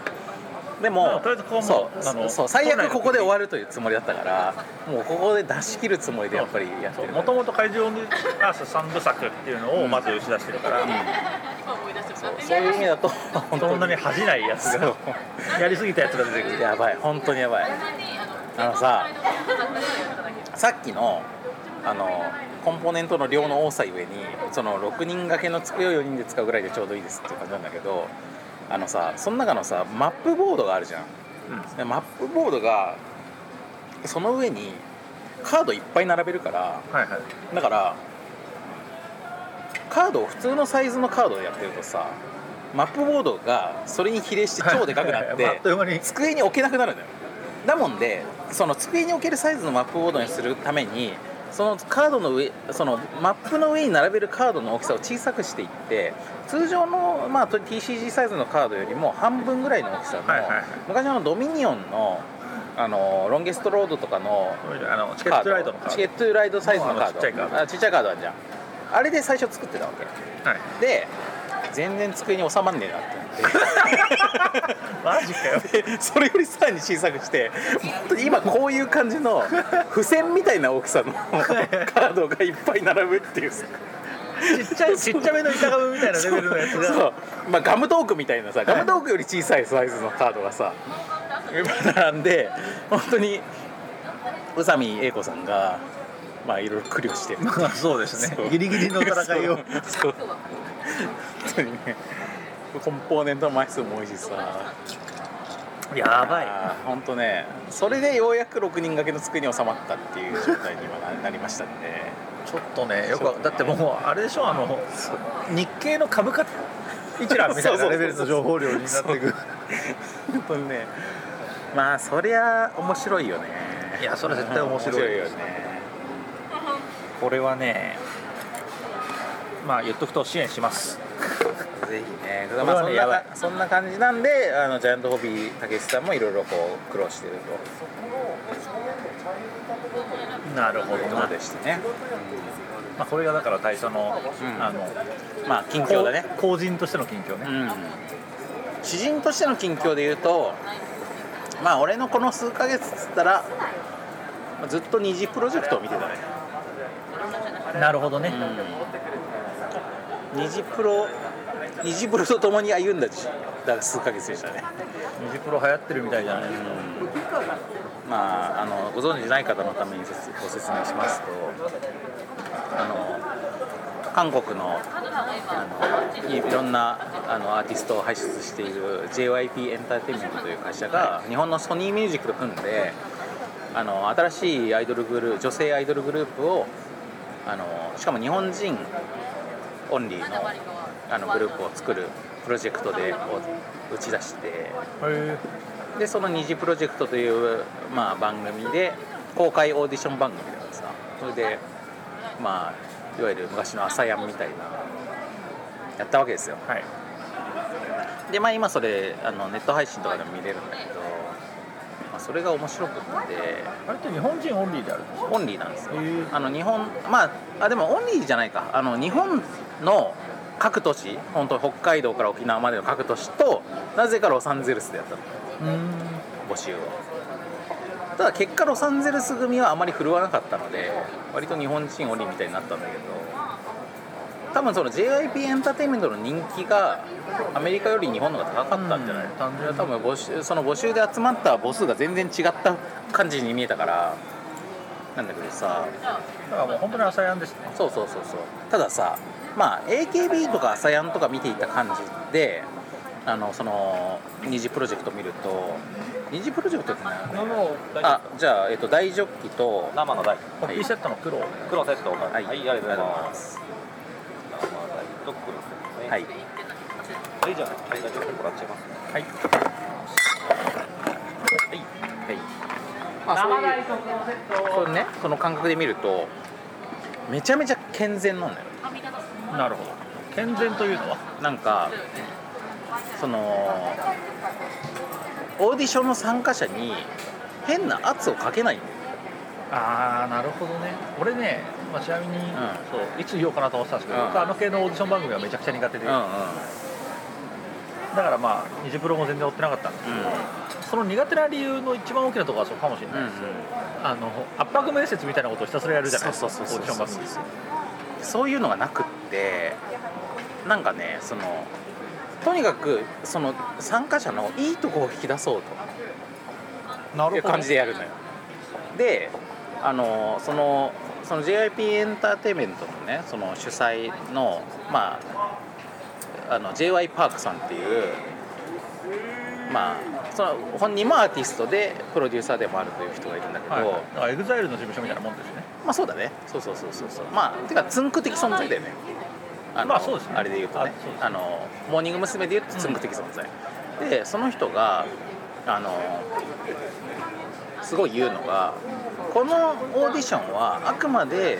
で
ま
も
あとりあえずここはも
そう
あ
う
の
そう最悪ここで終わるというつもりだったからもうここで出し切るつもりでやっぱりやってる
もともと会場にアース三部作っていうのをまず打ち出してるから、
今思い出してもらって
そういう意味だと本
そん
当
なに
に
恥じないやつ
そ
が
う
やりすぎたやつが出てくる
やばい本当にやばいあのささっきのあのコンポーネントの量の多さゆえにその6人掛けの机を4人で使うぐらいでちょうどいいですっていう感じなんだけどあのさその中のさマップボードがあるじゃん、でマップボードがその上にカードいっぱい並べるから
はいはい
だからカードを普通のサイズのカードをやってるとさマップボードがそれに比例して超でかくなっ
あってという間に
机に置けなくなるのよだもんでその机に置けるサイズのマップボードにするためにそのカードの上そのマップの上に並べるカードの大きさを小さくしていって通常の、まあ、と TCG サイズのカードよりも半分ぐらいの大きさの、
はいはいはい
昔のドミニオンのあのロンゲストロードとかの
あのチケットライドのカード
チケットライドサイズのカード
もうあの
あち
ちっちゃいカード
っちゃいカードあるじゃんあれで最初作ってたわけ
はい
で全然机に収まんねえなって思って
マジかよ
で それよりさらに小さくして本当に今こういう感じの付箋みたいな大きさの カードがいっぱい並ぶっていうさ
ちっちゃいちっちゃめの板ガムみたいなレベルのやつ
そ
が
う、まあ、ガムトークみたいなさガムトークより小さいサイズのカードがさ並んで本当に宇佐美英子さんがまあいろいろ苦慮してる
まあそうですね
そう
ギリギリの戦いを
そうそう本当にねコンポーネントの枚数も多いしさ
やばい
あー本当ねそれでようやく6人掛けの机に収まったっていう状態に今ななりましたんで
ちょっとねよくわだってもうあれでしょあの日経の株価一覧みたいなレベルの情報量になってく
本当にねまあそりゃ面白いよね
いやそれ絶対面白い
よね
これはねまあ言っとくと支援します
ぜひね、
れはね
まあ、そん
やばい
なそんな感じなんであのジャイアントホビーたけしさんもいろいろこう苦労してる
なるほ
ということでしてね
まあ、これがだから最初の,、
うん
あの
まあ近況だね
こう公人としての近況ね、
うん詩人としての近況で言うとまあ俺のこの数ヶ月っつったらまあずっと二次プロジェクトを見てたね
なるほどね、
二次プロ二次プロと共に歩んだじだ数ヶ月でしたね、
ニジプロ流行ってるみたいじゃないですか、
まああのご存じない方のためにご説ご説明しますとあの韓国のあのいろんなあのアーティストを輩出している JYP エンターテインメントという会社が日本のソニーミュージックと組んであの新しいアイドルグループ女性アイドルグループをあのしかも日本人オンリーのあのグループを作るプロジェクトでこう打ち出して
へ
でその二次プロジェクトという、まあ、番組で公開オーディション番組だからさそれでまあいわゆる昔の「朝やん」みたいなやったわけですよ
えはい
でまあ今それあのネット配信とかでも見れるんだけど、まあ、それが面白くって
あれって日本人オンリーである
オンリーなんですよ
へえ
あの日本まああでもオンリーじゃないかあの日本の各都市本当北海道から沖縄までの各都市となぜかロサンゼルスでやったの
うん
募集をただ結果ロサンゼルス組はあまり振るわなかったので割と日本人オリみたいになったんだけど多分その JYP エンターテインメントの人気がアメリカより日本の方が高かったんじゃない
うん
単純に多分募集その募集で集まった母数が全然違った感じに見えたからなんだけどさ
だからもう本当に朝やんですね
そうそうそうそうたださまあ AKB とか朝やんとか見ていた感じであのその二次プロジェクト見ると二次プロジェクトってねあじゃあ、えっと、大ジョッキと
生の台
コピーセットの黒を
黒セットはい、ありがとうございます
す
生の台と黒セットですね
はい
いいじゃないはい大丈夫もらっちゃいますね
はいはいまあそういうそうねその感覚で見るとめちゃめちゃ健全なんだよ
なるほど健全というのは
なんかそのオーディションの参加者に変な圧をかけないんだよ
ああなるほどね俺ね、まあ、ちなみに、そういつ言おうかなと思ってたんですけど、
うん
僕あの系のオーディション番組はめちゃくちゃ苦手で、
うん
だからまあニジプロも全然追ってなかったんで
うん
その苦手な理由の一番大きなところはそうかもしれないで
う
す、
んうん
あの圧迫面接みたいなことをひたすらやるじゃないです
そ
か
うそうそう
オーディション番組
そういうのがなくってなんかねそのとにかくその参加者のいいとこを引き出そう
な
という感じでやるのよであのそのその JIP エンターテインメントのねその主催の,、まあ、あの JY パークさんっていうまあその本人もアーティストでプロデューサーでもあるという人がいるんだけど、
はい、だからエグザイルの事務所みたいなもんですね
まあそうだねそうそうそうそうそうまあてかつんく的存在だよねあの
まあそうですね
あれで言うとね
あそうです
あのモーニング娘。で言うとつんく的存在、でその人があのすごい言うのがこのオーディションはあくまで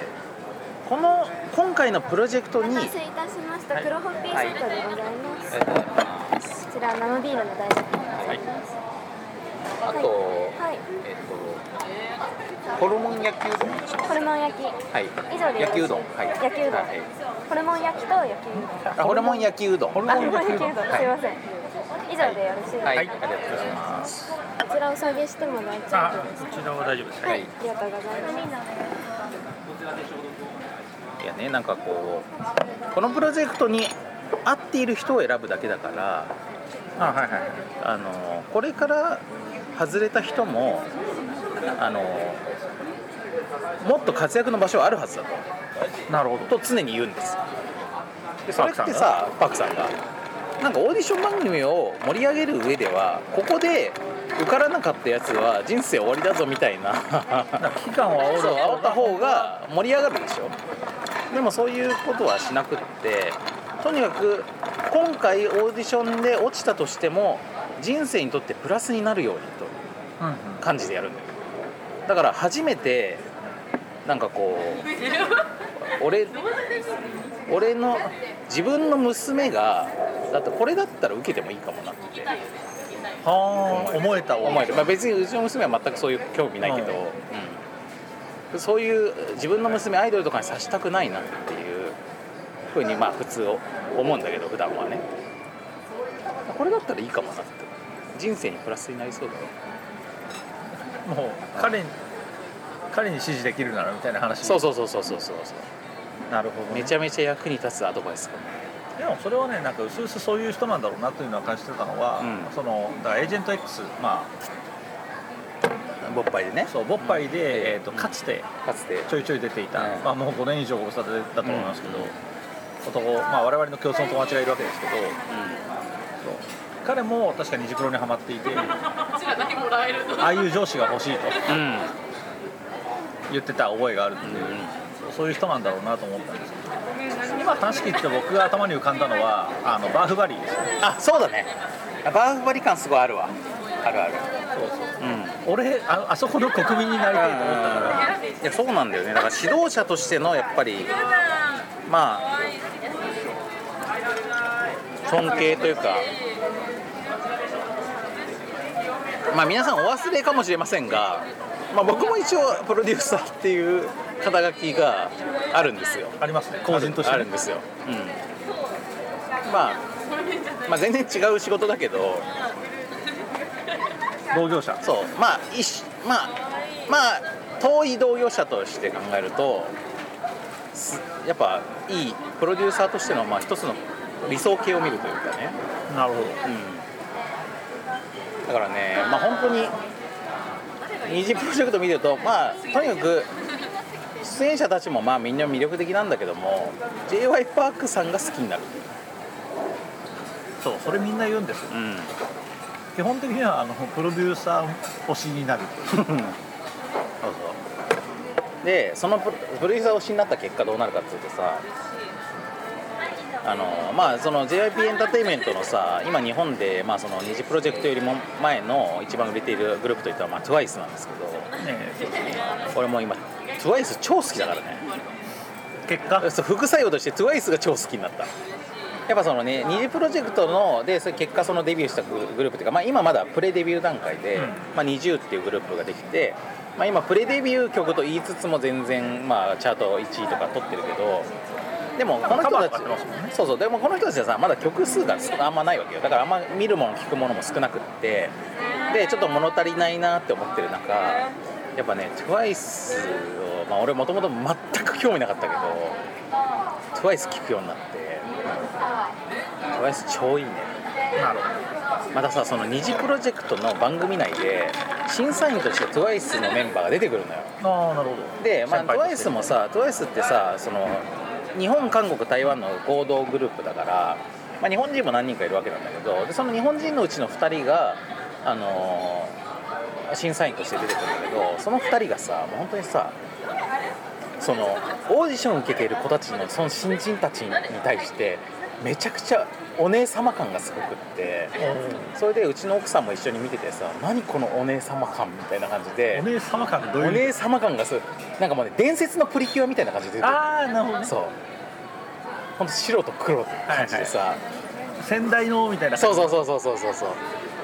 この今回のプロジェクト
お
に
待たせいたしました。黒ホッピーセットでございます。こちら生ビールの大好きでございます。
あと、
はい。
えっとホルモン焼きうどん
ホルモン焼き。
はい
以上でよ
焼
ろしい
きうどんはい
焼きうどん
はい
ホルモン焼きと焼きうどん。
あホルモン焼きうどん
ホルモ
あ、
ン
ホルモン焼きうどん。すい
はい
ません。以上でよろしいですか。
はい、ありがとうございます
こちらお下げしても大丈夫で
ち
す。
らは大丈夫です
はい。ありがとうございます。
いやねなんかこうこのプロジェクトに合っている人を選ぶだけだから
あはいはい
あのこれから外れた人もあのもっと活躍の場所はあるはずだと
なるほど
と常に言うんですでそ
パ
れ
ク
って
さんが
さパクさんがなんかオーディション番組を盛り上げる上ではここで受からなかったやつは人生終わりだぞみたいな
期間を
そう煽
煽
っ
る
た方が盛り上がるでしょでもそういうことはしなくってとにかく今回オーディションで落ちたとしても人生にとってプラスになるようにと
うんうん
いう感じでやるんだよだから初めてなんかこう俺俺の自分の娘がだってこれだったら受けてもいいかもなって
はあ思えた
思える、まあ、別にうちの娘は全くそういう興味ないけど、
はい
うんそういう自分の娘アイドルとかにさしたくないなっていうふうにまあ普通思うんだけど普段はねこれだったらいいかもなって人生にプラスになりそうだよ
もう彼に彼に支持できるならみたいな話
そうそうそうそうそうそうそう
なるほど、ね、
めちゃめちゃ役に立つアドバイスかも
でもそれはねなんかうすうすそういう人なんだろうなというのは感じてたのは、
うん
そのだからエージェント X ま
勃発でね
あそうボッパイで、えーと
うん
かつて
かつて
ちょいちょい出ていた、
うん
まあ、もう5年以上ご無沙汰だと思いますけど、
うん
男、まあ、我々の共通の友達がいるわけですけど
う
そう彼も確かにジプロにはまっ ていてあ
こちら何もらえるの
あいう上司が欲しいと
んうん
言ってた覚えがある
うんん
で、
うん
そういう人なんだろうなと思ったんですけど今話聞いてて僕が頭に浮かんだのはあのバーフバリーです
あそうだねバーフバリ感すごいあるわあるある
そうそう
うん
俺ああそこの国民になりたいと思ったから
いやそうなんだよねだから指導者としてのやっぱりまあ尊敬というかまあ皆さんお忘れかもしれませんが、まあ、僕も一応プロデューサーっていう肩書きがあるんですよ
ありますね公人として
あ
ね
るんですよ、うんまあ、まあ全然違う仕事だけど
同業者
そうまあ一緒まあまあ遠い同業者として考えるとすやっぱいいプロデューサーとしてのまあ一つの理想形を見るというかね、
なるほ
う
ど
ん、だからねまあ本当に二次プロジェクト見てるとまあとにかく出演者たちもまあみんな魅力的なんだけども j y パークさんが好きになる、
そうそれみんな言うんですよ
うん、
基本的にはあのプロデューサー推しになる
そうそうでそのプロプロデューサー推しになった結果どうなるかっていうとさあのまあその JYP エンターテインメントのさ今日本でまあその二次プロジェクトよりも前の一番売れているグループといったらまあ TWICE なんですけど
ね
俺もう今 TWICE 超好きだからね
結果
そう副作用として TWICE が超好きになったやっぱそのね二次プロジェクトのでそれ結果そのデビューしたグルグループっていうか、まあ、今まだプレデビュー段階で、
うん
まあ、20っていうグループができて、まあ、今プレデビュー曲と言いつつも全然、まあ、チャート1位とか取ってるけどでもこの人たち
カバーとかやってますもんね
そうそうでもこの人たちはさまだ曲数があんまないわけよだからあんま見るもの聞くものも少なくってでちょっと物足りないなって思ってる中やっぱね TWICE を、まあ、俺もともと全く興味なかったけど TWICE 聞くようになって TWICE 超いいね
なるほ
またさその二次プロジェクトの番組内で審査員として TWICE のメンバーが出てくるのよ
どああなるほど
で、まあ、
先輩として
TWICE もさ TWICE ってさその日本韓国台湾の合同グループだから、まあ、日本人も何人かいるわけなんだけどでその日本人のうちの2人が、あのー審査員として出てくるんだけどその2人がさもう本当にさそのオーディションを受けている子たちのその新人たちに対してめちゃくちゃお姉様感がすごくってそれでうちの奥さんも一緒に見ててさ何このお姉様感みたいな感じで
お姉様感どういう
お姉様感がするなんかもうね伝説のプリキュアみたいな感じで出てくる
ああなるほどね
そうほんと白と黒って感じでさ、
先代のみたいな
そう
う
そうそうそうそうそうそう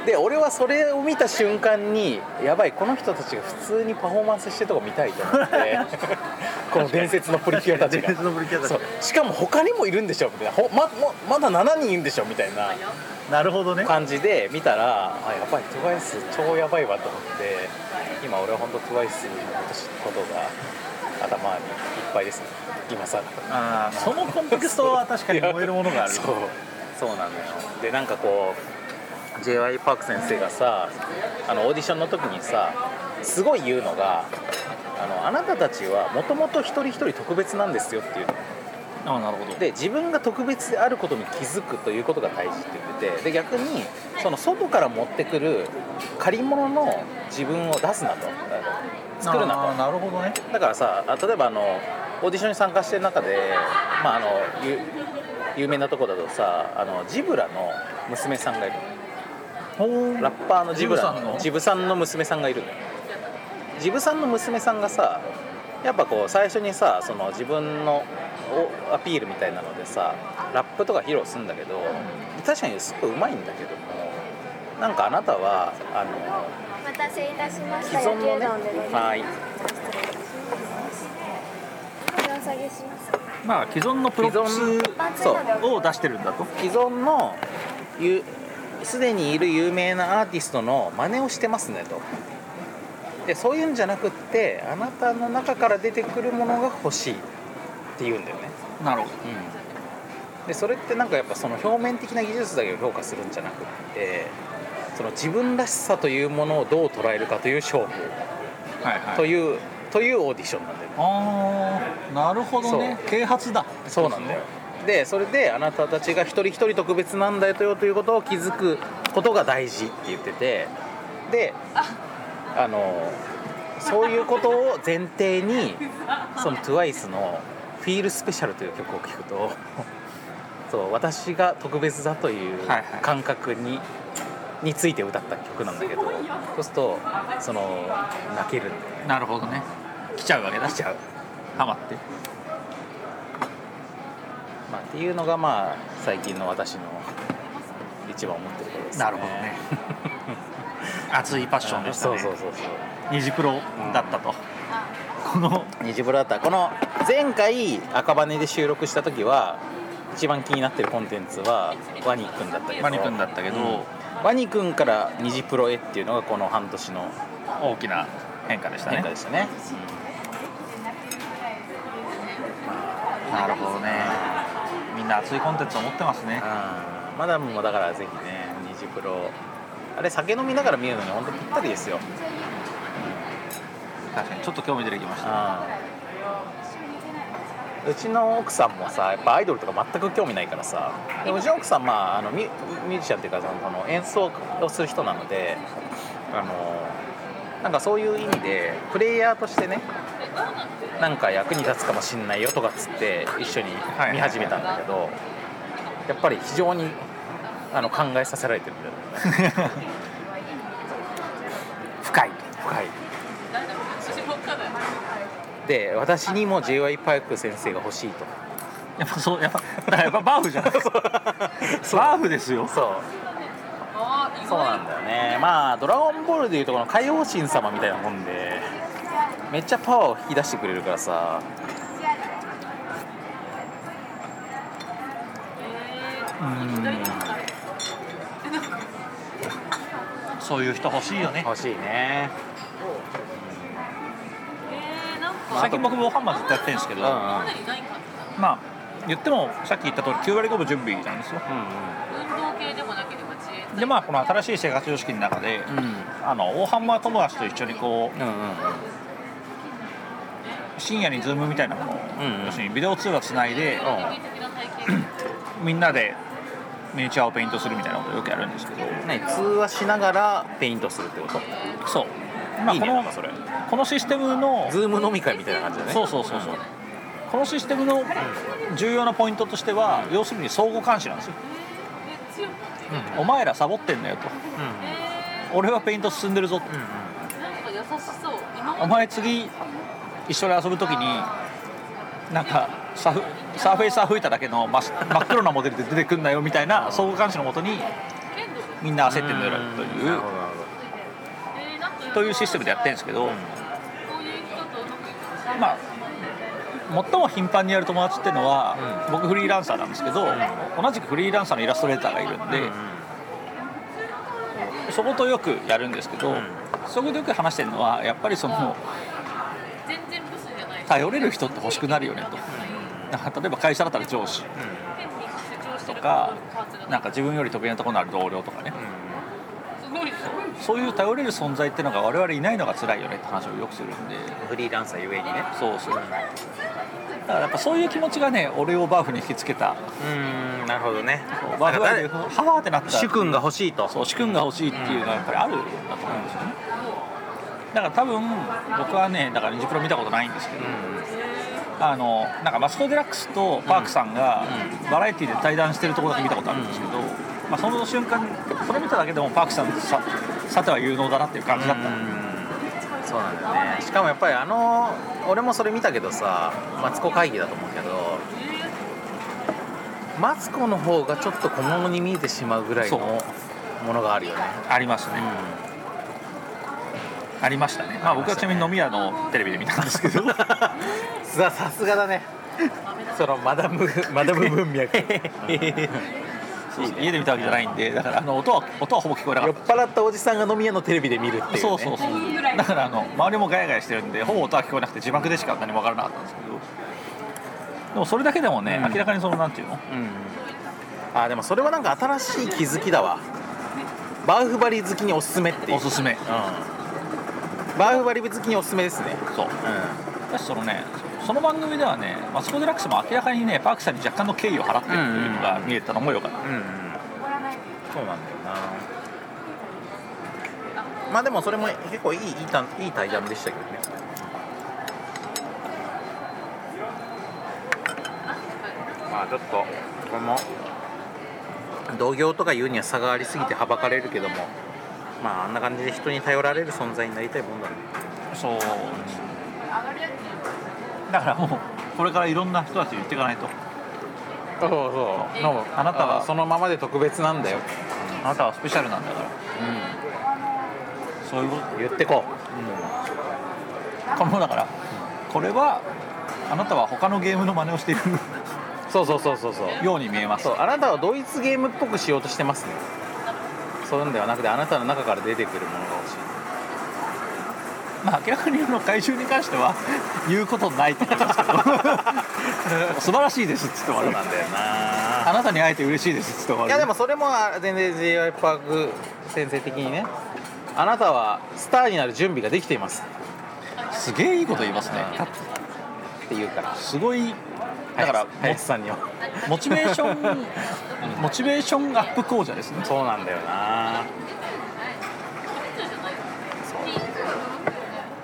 で俺はそれを見た瞬間にやばいこの人たちが普通にパフォーマンスしてるとこ見たいと思って この伝説のプリキュアたち
伝
が
説のブリキャ
そ
だ
うしかも他にもいるんでしょみたいなほまもまだ7人いるんでしょみたいな
なるほど ね
感じで見たらあやばい TWICE 超やばいわと思って今俺は本当 TWICE のことが頭にいっぱいですね今さ
ああそのコンテクストは確かに 燃えるものがあ る
そうそうなのよでなんかこう j y パーク先生がさあのオーディションの時にさすごい言うのがあのあなたたちはもともと一人一人特別なんですよっていうの
ああなるほど
で自分が特別であることに気づくということが大事って言っててで逆にその外から持ってくる借り物の自分を出すなとあの作るな
あ
と
あなるほどね
だからさあ例えばあのオーディションに参加してる中で、まあ、あのゆ有名なとこだとさあのジブラの娘さんがいる
ほう
ラッパーのジブラの
ジ
ジブさんの娘さんがいるのよジブさんの娘さんがさやっぱこう最初にさその自分のおアピールみたいなのでさラップとか披露するんだけど確かにすごいうまいんだけどもなんかあなたはあの
お待たせいたしました
既存
焼きうど
の
ん
ね
でございます
はい
これお下げします
まあ既存のプロップス
パンツなど
を出してるんだと
既存のゆすでにいる有名なアーティストの真似をしてますねとでそういうんじゃなくってあなたの中から出てくるものが欲しいって言うんだよね、
なるほ
うん、でそれってなんかやっぱその表面的な技術だけを評価するんじゃなくってその自分らしさというものをどう捉えるかという勝負
どはいは
と
い
いう、というオーディションなんだよね
ああなるほどね啓発だ
そうなんだよでそれであなたたちが一人一人特別なんだよということを気づくことが大事って言っててであのそういうことを前提 にその TWICE の「フィールスペシャルという曲を聴くと そう私が特別だという
はいはい
感覚に,、について歌った曲なんだけどそうするとその泣けるんだよね
なるほどね来ちゃうわけだ
泣いちゃう。
ハマって
まあ、っていうのがまあ最近の私の一番思ってることです、ね、
なるほどね 熱いパッションでしたね
そうそうそうそう
二次プロだったと、この
虹ブラターこの前回赤羽で収録した時は一番気になってるコンテンツはワニくんだったけど
マニ君だったけど、
うんワニくんから虹プロへっていうのがこの半年の
大きな変化でした
変
ね
化でしたね
なるほどねみんな熱いコンテンツを持ってますね
うんマダムもだからぜひね虹プロあれ酒飲みながら見るのに本当ぴったりですよ
確かにちょっと興味出てきました
うんうちの奥さんもさやっぱアイドルとか全く興味ないからさでうちの奥さんまああのミュミュージシャンっていうかそのその演奏をする人なのであのなんかそういう意味でプレイヤーとしてねなんか役に立つかもしんないよとかっつって一緒に見始めたんだけどやっぱり非常にあの考えさせられてるんだよね
深い
深いで私にも j y パーク先生が欲しいと
やっぱそうやっぱだからやっぱバーフじゃ ないですかバーフですよ
そうそうなんだよねまあ「ドラゴンボール」でいうとこの海王神様みたいなもんでめっちゃパワーを引き出してくれるからさ
そういう人欲しいよね
欲しいね
えー、なんか、
最近僕もハンマーずっとやってるんですけど、
うんうん
今までにない感じだ。
まあ言ってもさっき言った通り9割5分準備なんですよ
う
運動系でもなければ自衛隊。
でまあこの新しい生活様式の中で、
んうんうん
あの大ハンマー友達と一緒にこ
うんうん
う深夜にズームみたいなものを、
うんうん
要するにビデオ通話つないで、
攻撃的な体験。
みんなでミニチュアをペイントするみたいなことをよくやるんですけど
うん何通話しながらペイントするってこと
そう、まあ、
いい
こ
ね
の
なんかそれ
このシステムの
ズーム飲み会みたいな感じだね
そうそうそうそうこのシステムの重要なポイントとしては、要するに相互監視なんですよ、
えー、強く持っていく。
お前らサボってんだよと
うんうん
え
俺はペイント進んでるぞと、
うん
ー、なんか優しそう。今
お
まで
前次一緒に遊ぶ時になんかサフサーフェイサー吹いただけの真っ真っ黒なモデルで出てくんなよみたいな相互監視のもとに
剣道で。
みんな焦ってんだ
な
よという
るほどなる
えー、なんか。
というシステムでやってるんですけど、
こういう人とうまくいく
まあ最も頻繁にやる友達っていうのは、僕フリーランサーなんですけど、同じくフリーランサーのイラストレーターがいるんで、そことよくやるんですけど、
うん
そこでよく話してるのはやっぱりその
全然ブスじゃない。
頼れる人って欲しくなるよねとなんか例えば会社だったら上司
天に成長して
と
る
か
パーツが
なんか自分より得意なところのある同僚とかね、
すごいでしょ。
そういう頼れる存在っていうのが我々いないのが辛いよねって話をよくするんで
ほどフリーランサーゆえにね
そうそうだからやっぱそういう気持ちがね俺をバーフに引きつけた
うんなるほどね
そうバーフはねハワーってなった
主君が欲しいと
そう主君が欲しいっていうのはやっぱりあるんだと思うんですよねだから多分僕はねだからニジプロ見たことないんですけど、あのなんかマスコ・デラックスとパークさんがバラエティで対談してるところだけ見たことあるんですけど、まあ、その瞬間それ見ただけでもパークさんささては有能だなっていう感じだった、
うんそうなんだよねしかもやっぱりあの俺もそれ見たけどさマツコ会議だと思うけどマツコの方がちょっと小物に見えてしまうぐらいのものがあるよね
ありますね、ありましたね、まあ、僕はちなみに飲み屋のテレビで見たんですけど
ささすがだねそのマダムマダム文 脈酔
家で見たわけじゃないんでだからあの音は音はほぼ聞こえなかっ
った払ったおじさんが飲み屋のテレビで見るっていう、ね、
そうそうそうだからあの周りもガヤガヤしてるんでほぼ音は聞こえなくて字幕でしか何も分からなかったんですけどでもそれだけでもね、
うん
明らかにそのなんていうの
うん、あでもそれはなんか新しい気づきだわバウフバリ好きにおすすめっていう
おすすめ
うんバウフバリ好きにおすすめですね
そう
う
だしそのねその番組ではねマスコ・デラックスも明らかにねパークさんに若干の敬意を払ってるっていうのが見えたのもよかった、
んうんそうなんだよなまあでもそれも結構いいいいたいい対談でしたけどねまあちょっとこれも同業とか言うには差がありすぎてはばかれるけどもまああんな感じで人に頼られる存在になりたいもんだね
そうだからもうこれからいろんな人たちに言っていかないと
そうそう
の
あなたは
そのままで特別なんだよ、
あなたはスペシャルなんだからそういうこと
言ってこ
このだからこれはあなたは他のゲームの真似をしている
うそうそうそうそうそう
ように見えます
そうあなたはドイツゲームっぽくしようとしてますねそういうんではなくてあなたの中から出てくるものが欲しい
まあ明らかにあの回収に関しては 言うことないと思いますけど 素晴らしいですっつって終わる
んだよな
あなたに会えて嬉しいですっつって終わる
いやでもそれもあ全然 j y パーク先生的にねあなたはスターになる準備ができています
すげえいいこと言いますね
って言うから
すごいだから
林さんには
モモチベーショ ンモチベーションアップ講座ですね
そうなんだよな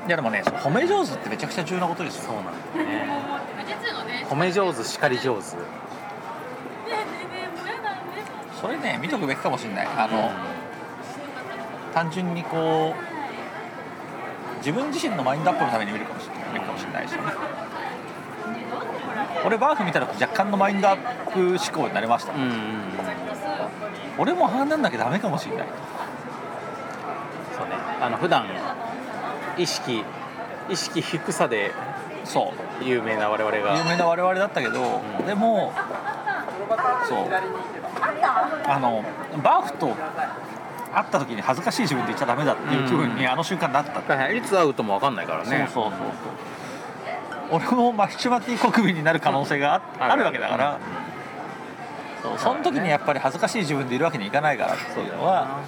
やでもね褒め上手ってめちゃくちゃ重要なことですよ
そうなんだよね
めちゃ強いのね。ね
褒め上手叱り上手
えねえねえ燃えないね。
それね見とくべきかもしれないあの単純にこう自分自身のマインドアップのために見るかもしれないかもしれないし俺バーフ見たら若干のマインドアップ思考になりました、
うんうん
俺もああなんなきゃダメかもしれない
そうねあの普段意識意識低さで
そう
有名な我々が
有名な我々だったけど、でもそう
だ
あのバフと会った時に恥ずかしい自分で言っちゃダメだっていう気分にあの瞬間なったって、
いつ会うとも分かんないからね
そうそうそうそう俺もマヒチュマティ国民になる可能性があ
ある
あるわけだからそうその時にやっぱり恥ずかしい自分でいるわけにいかないからっていうのは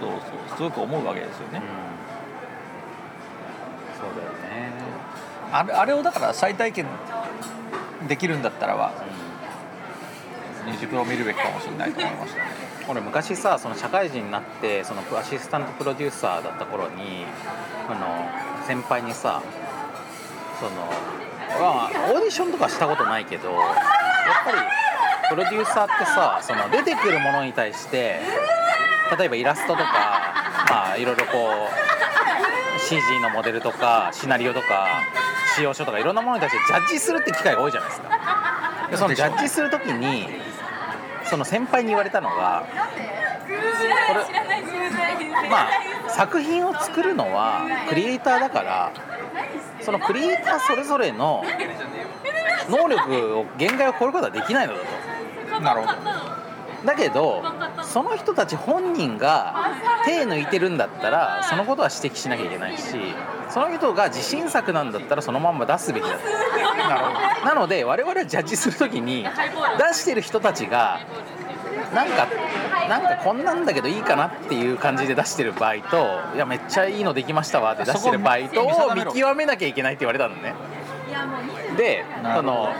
そうそうすごく思うわけですよね、
そうだよね
あれあれをだから再体験できるんだったらは虹プロ見るべきかもしれないと思いましたね
俺昔さその社会人になってそのアシスタントプロデューサーだった頃にあの先輩にさその、まあ、オーディションとかしたことないけどやっぱりプロデューサーってさその出てくるものに対して例えばイラストとかまあいろいろこう CG のモデルとかシナリオとか仕様書とかいろんなものに対してジャッジするって機会が多いじゃないですか。でそのジャッジする時にその先輩に言われたのがこれまあ作品を作るのはクリエイターだからそのクリエイターそれぞれの能力を限界を超えることはできないのだと
なるほど
だけどその人たち本人が手抜いてるんだったらそのことは指摘しなきゃいけないしその人が自信作なんだったらそのまんま出すべきだと
なるほど
なので我々はジャッジするときに出してる人たちがなんかなんかこんなんだけどいいかなっていう感じで出してる場合といやめっちゃいいのできましたわって出してる場合と
そこ
を
を見
見極めなきゃいけないって言われたのね。で
な
そ
るほ
の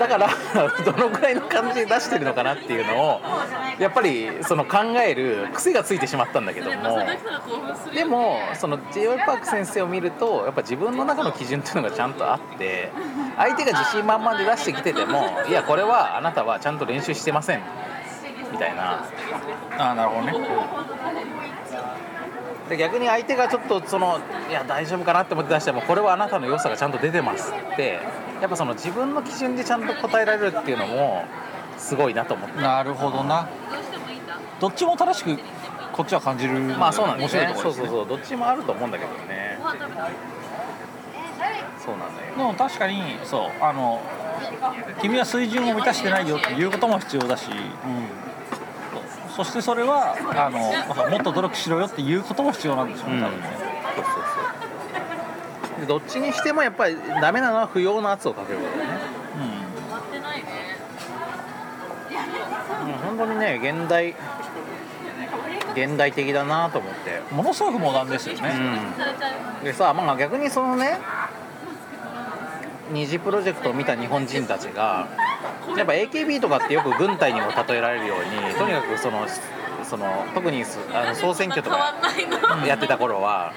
だから どのくらいの感じで出してるのかなっていうのをやっぱりその考える癖がついてしまったんだけど
やっぱそ
も
の。人が興奮するよね
でもその j y パーク先生を見るとやっぱ自分の中の基準っていうのがちゃんとあって相手が自信満々で出してきててもいやこれはあなたはちゃんと練習してませんみたいな
ああなるほどね
で逆に相手がちょっとそのいや大丈夫かなって思って出してもこれはあなたの良さがちゃんと出てますってやっぱその自分の基準でちゃんと答えられるっていうのもすごいなと思って
なるほどなどっちも正しくこっちは感じる
まあそうなんで
面
す
白い
ね
とこ
そう
ろです
そう
ね
そうどっちもあると思うんだけどねそうなんだよ
でも確かにそうあの君は水準を満たしてないよっていうことも必要だし、そしてそれはあのもっと努力しろよっていうことも必要なんでしょうね多分ね、
そうそうそうでどっちにしてもやっぱりダメなのは不要な圧をかけることだね
う
終わってないね
うん本当にね現代現代的だなと思って
んものすごくモダンですよね、
されちゃう
でさまあ逆にそのね二次プロジェクトを見た日本人たちがやっぱ AKB とかってよく軍隊にも例えられるようにとにかくそのその特にすあの総選挙と
変わ
か
んないの
やってた頃は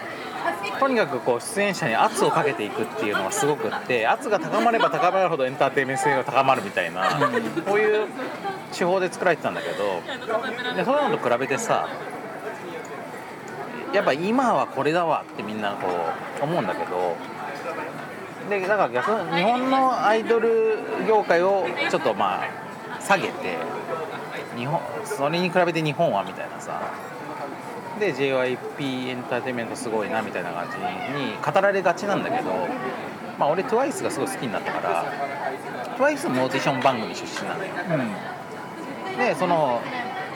とにかくこう出演者に圧をかけていくっていうのがすごくって圧が高まれば高まるほどエンターテインメント性が高まるみたいなこういう手法で作られてたんだけどでそういうのと比べてさやっぱ今はこれだわってみんなこう思うんだけどでだから逆に日本のアイドル業界をちょっとまあ下げて日本それに比べて日本はみたいなさで JYP エンターテインメントすごいなみたいな感じに語られがちなんだけど、まあ、俺 TWICE がすごい好きになったから TWICE もオーディション番組出身なのよ
うん
でその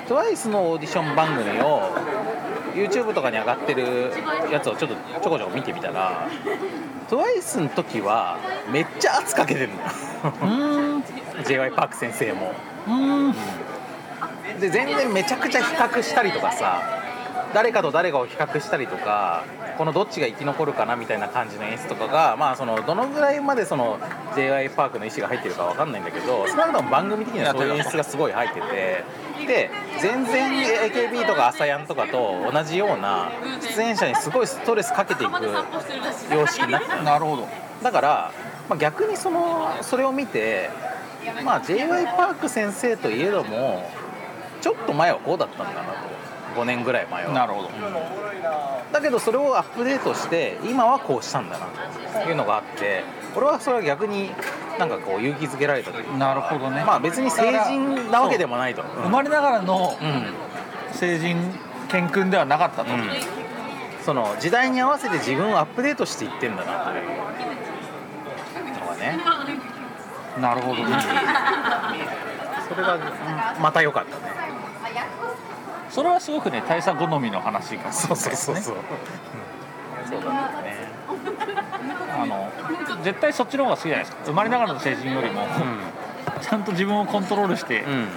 TWICE のオーディション番組を YouTube とかに上がってるやつをちょっとちょこちょこ見てみたら TWICE の時はめっちゃ圧かけてるのよ j y パーク先生もで全然めちゃくちゃ比較したりとかさ誰かと誰かを比較したりとかこのどっちが生き残るかなみたいな感じの演出とかが、まあ、そのどのぐらいまでその j y パークの意思が入ってるかわかんないんだけど少なくとも番組的にはそういう演出がすごい入っててで全然 AKB とか朝やんとかと同じような出演者にすごいストレスかけていく
浜で散歩してるらしい
様式になってた
なるほど
だから、まあ、逆にそのそれを見て、まあ、j y パーク先生といえどもちょっと前はこうだったんだなと5年ぐらい前
な
は
るほど
だけどそれをアップデートして今はこうしたんだなというのがあって俺はそれは逆になんかこう勇気づけられたというか
なるほどね
まあ別に成人なわけでもないと
生まれながらの
うん、うん
成人健君ではなかったと、
うんその時代に合わせて自分をアップデートしていってんだなというのがね
なるほどね
それがうんまた良かったね
それはすごくね大佐好みの話かもしれないですね
う、そうだね
あの絶対そっちの方が好きじゃないですか生まれながらの成人よりも、ちゃんと自分をコントロールして、
うん、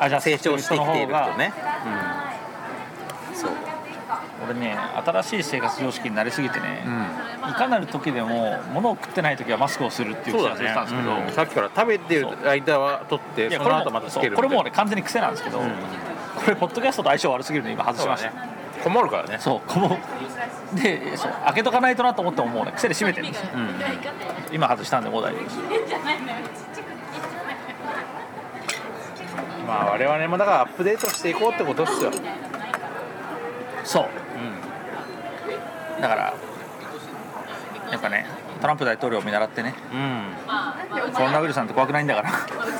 あじゃあ
成長してきているとね、そう、
俺ね新しい生活様式になりすぎてね、いかなる時でも物を食ってない時はマスクをするっていう
そうだ
癖が出てたんですけど、
ね、うんさっきから食べてる間は取って
いや
そ
これ
の
も
後またつ
そ
け
う
る
これもうね完全に癖なんですけど、
うん
これポッドキャストと相性悪すぎるんで今外
そう
しま
だ
した
ねこもるからね
そう,、このでそう開けとかないとなと思ってももうね癖で閉めてるんですよ
うん
今外したんでもう大丈夫です
まあ我々もだからアップデートしていこうってことっすよ、うん、
そうだからやっぱねトランプ大統領を見習ってね
うん、
コロナウイルスなんて怖くないん だから
ち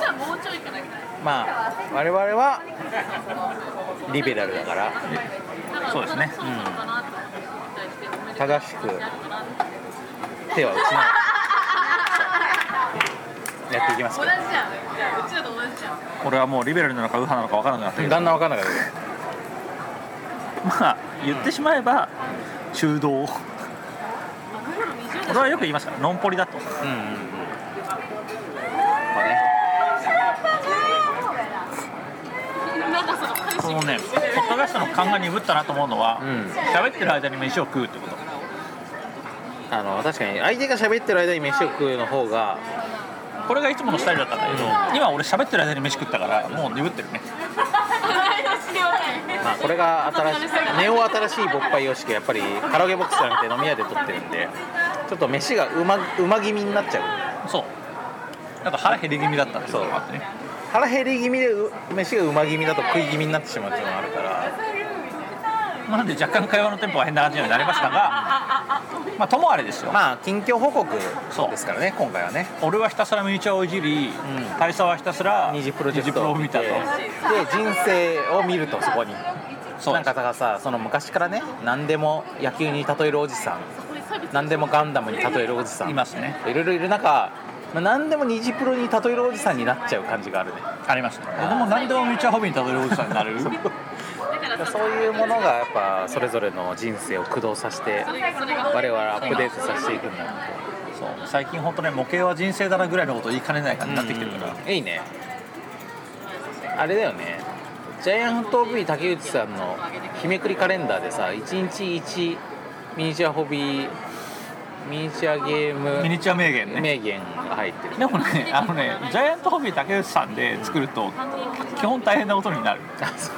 はもうちょいかなきゃ
まあ我々はリベラルだから
そうですね
正しく手は打ちないやっていきます
同じじゃんいやうちらと同じじゃん
俺はもうリベラルなのか右派なのか分からなくなったけど
だんだん分かんなくなってく
まあ言ってしまえば中道俺はよく言いますからノンポリだと
るうんうんうんまあね
なんかその配
そ
信
のねポッドキャストの勘が鈍ったなと思うのは
うん
喋、ってる間に飯を食うってこと
あの確かに相手が喋ってる間に飯を食うの方が
これがいつものスタイルだったんだけど、今俺喋ってる間に飯食ったからもう鈍ってるね
まあ、これが新しいネオ新しい勃発様式がやっぱりカラオケボックスじゃなくて飲み屋で撮ってるんでちょっと飯がうまうま気味になっちゃう
そうなんか腹減り気味だったんですよあってね
腹減り気味でう飯がうま気味だと食い気味になってしまうっていうのがあるから
なので若干会話のテンポが変な感じになりましたがまあともあれですよ、
まあ近況報告
そう
ですからね今回はね
俺はひたすらミニチュアをいじり、
ん
大佐はひたすら
二次プロジェク
二次プ
ト
ロ
を
を見
見て
たと
で人生を見るとそこに
そう
なんかだからさその昔からね何でも野球に例えるおじさん何でもガンダムに例えるおじさん
いますね
いろいろいる中、まあ、何でも二次プロに例えるおじさんになっちゃう感じがあるね
ありました僕も何でもミニチュアホビーにたどりおじさんになる
そういうものがやっぱそれぞれの人生を駆動させて我々アップデートさせていくんだな
そう最近本当ね模型は人生だなぐらいのことを言いかねない感じになってきてるから、
いいねあれだよねジャイアント V 竹内さんの日めくりカレンダーでさ1日1ミニチュアホビーミニチュアゲー
ミ
ム
ニチュア名言ね
名言が入 ってる
でもねあのねジャイアントホビー竹内さんで作ると基本大変なことになる
あそう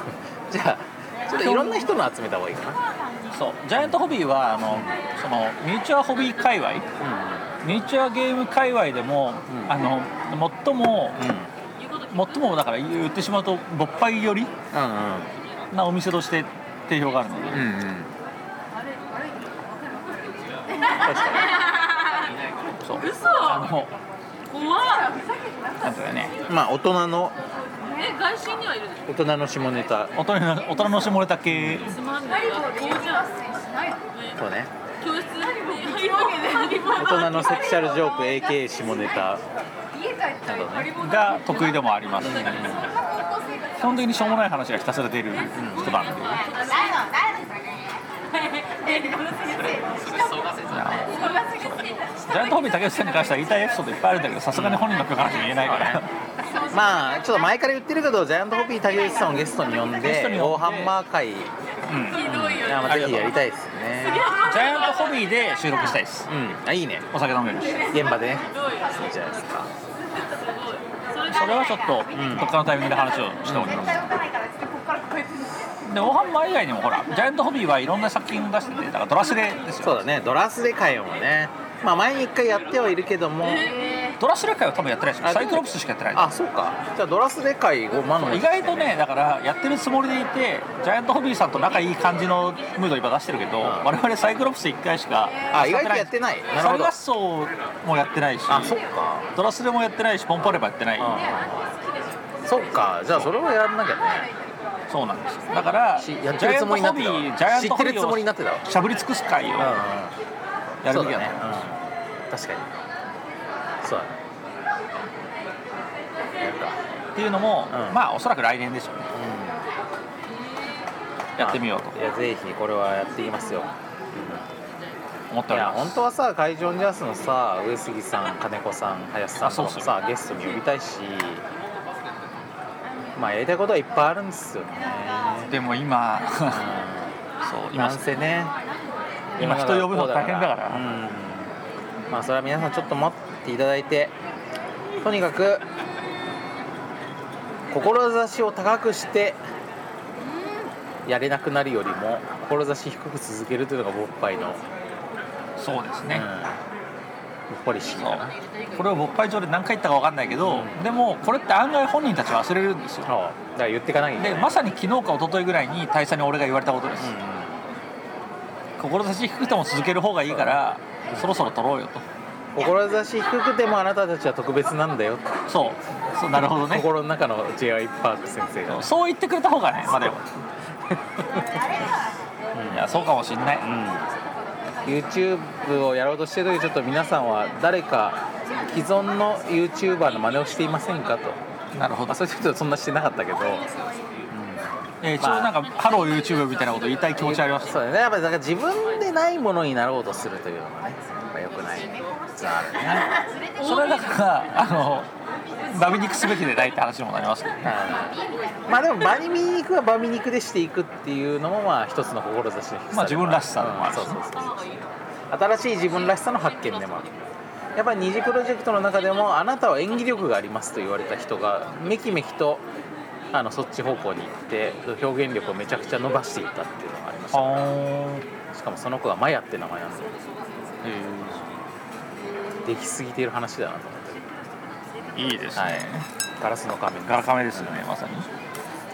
じゃあちょっといろんな人の集めた方がいいかな
そうジャイアントホビーはあのそのミニチュアホビー界隈ミニチュアゲーム界隈でも、
うん
あの最も
うんうん
最もだから言ってしまうと勃発寄りなお店として定評があるので
うんうんうん
そう
嘘
あの
怖い
なんていうかね
うんまあ大人の
え外心にはいるでし
大人の下ネタ
大人の大人の下ネタ系
ょつまんない当然ね
とね
教室に入るわけで
大人のセクシャルジョーク AKA 下ネタなどね
が得意でもありますし基本的にしょうもない話がひたすら出る人なんで、ジャイアントホビー竹内さんに関しては言いたいエピソードいっぱいあるんだけどさすがに本人の許可なしに言えないから、
まあちょっと前から言ってるけどジャイアントホビー竹内さんをゲストに呼ん
ゲストに呼
で
んで
大ハンマー会
ひどいよね
あまあぜひやりたいですね
ジャイアントホビーで収録したいです
うんあいいね
お酒飲めるし
現場でね
ひどいよね
いいじゃないですか
それで
それはちょっと、どっかのタイミングで話をしておきます、で大浜以外にもほらジャイアントホビーはいろんな作品を出しててだからドラスレです
そう
よ
だねドラスで会もねまあ前に一回やってはいるけども
ドラスレ会は多分やってないですよサイクロプスしかやってないです
あそうかじゃあドラスで会を満
意外とねだからやってるつもりでいてジャイアントホビーさんと仲いい感じのムードを今出してるけど、我々サイクロプス1回しか
あ意外とやってないなる
サ
ほ
ル
ど
ガッソもやってないし
あそっか
ドラスレもやってないしポンポレバやってない、
うんそっかじゃあそれはやんなきゃね
そうなんですよだから
しやってるつもりになってたわ
ジャイアントホビ
知ってる
ージャイアント
つ
ホ
もり
ビ
に
ー
な
を
ってたわ
しゃぶり尽くす会を
うん
やる
そう
べき
だ
だ
ね
ね
うん確かにそうだねやるか
っていうのも、
うん
まあおそらく来年でしょうねやってみようと
いやぜひこれはやっていきますよ
思って
い
おり
や
ま
本
す
当はさ会場に出すのさ上杉さん金子さん林さん
あそう
の
っすよ
さゲストに呼びたいしまあやりたいことはいっぱいあるんですよね
で も今そう
うん
今
なんせね
今人呼ぶの大変だから
うんまあそれは皆さんちょっと待っていただいてとにかく志を高くしてやれなくなるよりも志低く続けるというのがボッパイの、
そうですね、
うん、ポリシー
そ
か
う
な
これを勃発上で何回言ったか分かんないけど、
うん
でもこれって案外本人たち忘れるんです
そう
よ
だから言っていかなきゃいけない
でまさに昨日か一昨日ぐらいに大佐に俺が言われたことです、
う
志低くても続ける方がいいから、そろそろ取ろうよと
ん志低くてもあなたたちは特別なんだよ、
そうそうなるほどね
心の中の J.I. パーク先生が
そう言ってくれた方がねまだよ、いやそうかもしんない、
YouTube をやろうとしてる時ちょっと皆さんは誰か既存の YouTuber の真似をしていませんかと
なるほ
ま
ど
あ、そういう人はそんなしてなかったけど
えー一応なんか、ハロー YouTube みたいなこと言いたい気持ちありました
そうだよねやっぱりだから自分でないものになろうとするというのがねやっぱ良くないじゃあるね
それはだからあのバミ肉すべきでないって話にもなりますけどね
まあでもバミ肉はバミ肉でしていくっていうのもまあ一つの志の低さでもる
まあ自分らしさでもあるし
うんそうそうそうそう新しい自分らしさの発見でもあるやっぱり二次プロジェクトの中でもあなたは演技力がありますと言われた人がめきめきとあのそっち方向に行って表現力をめちゃくちゃ伸ばしていったっていうのがありまし
あ
たしかもその子がマヤって名前なんですよできすぎている話だなと思って
いいですね、
はいガラスの仮面
ガラカメですよねまさに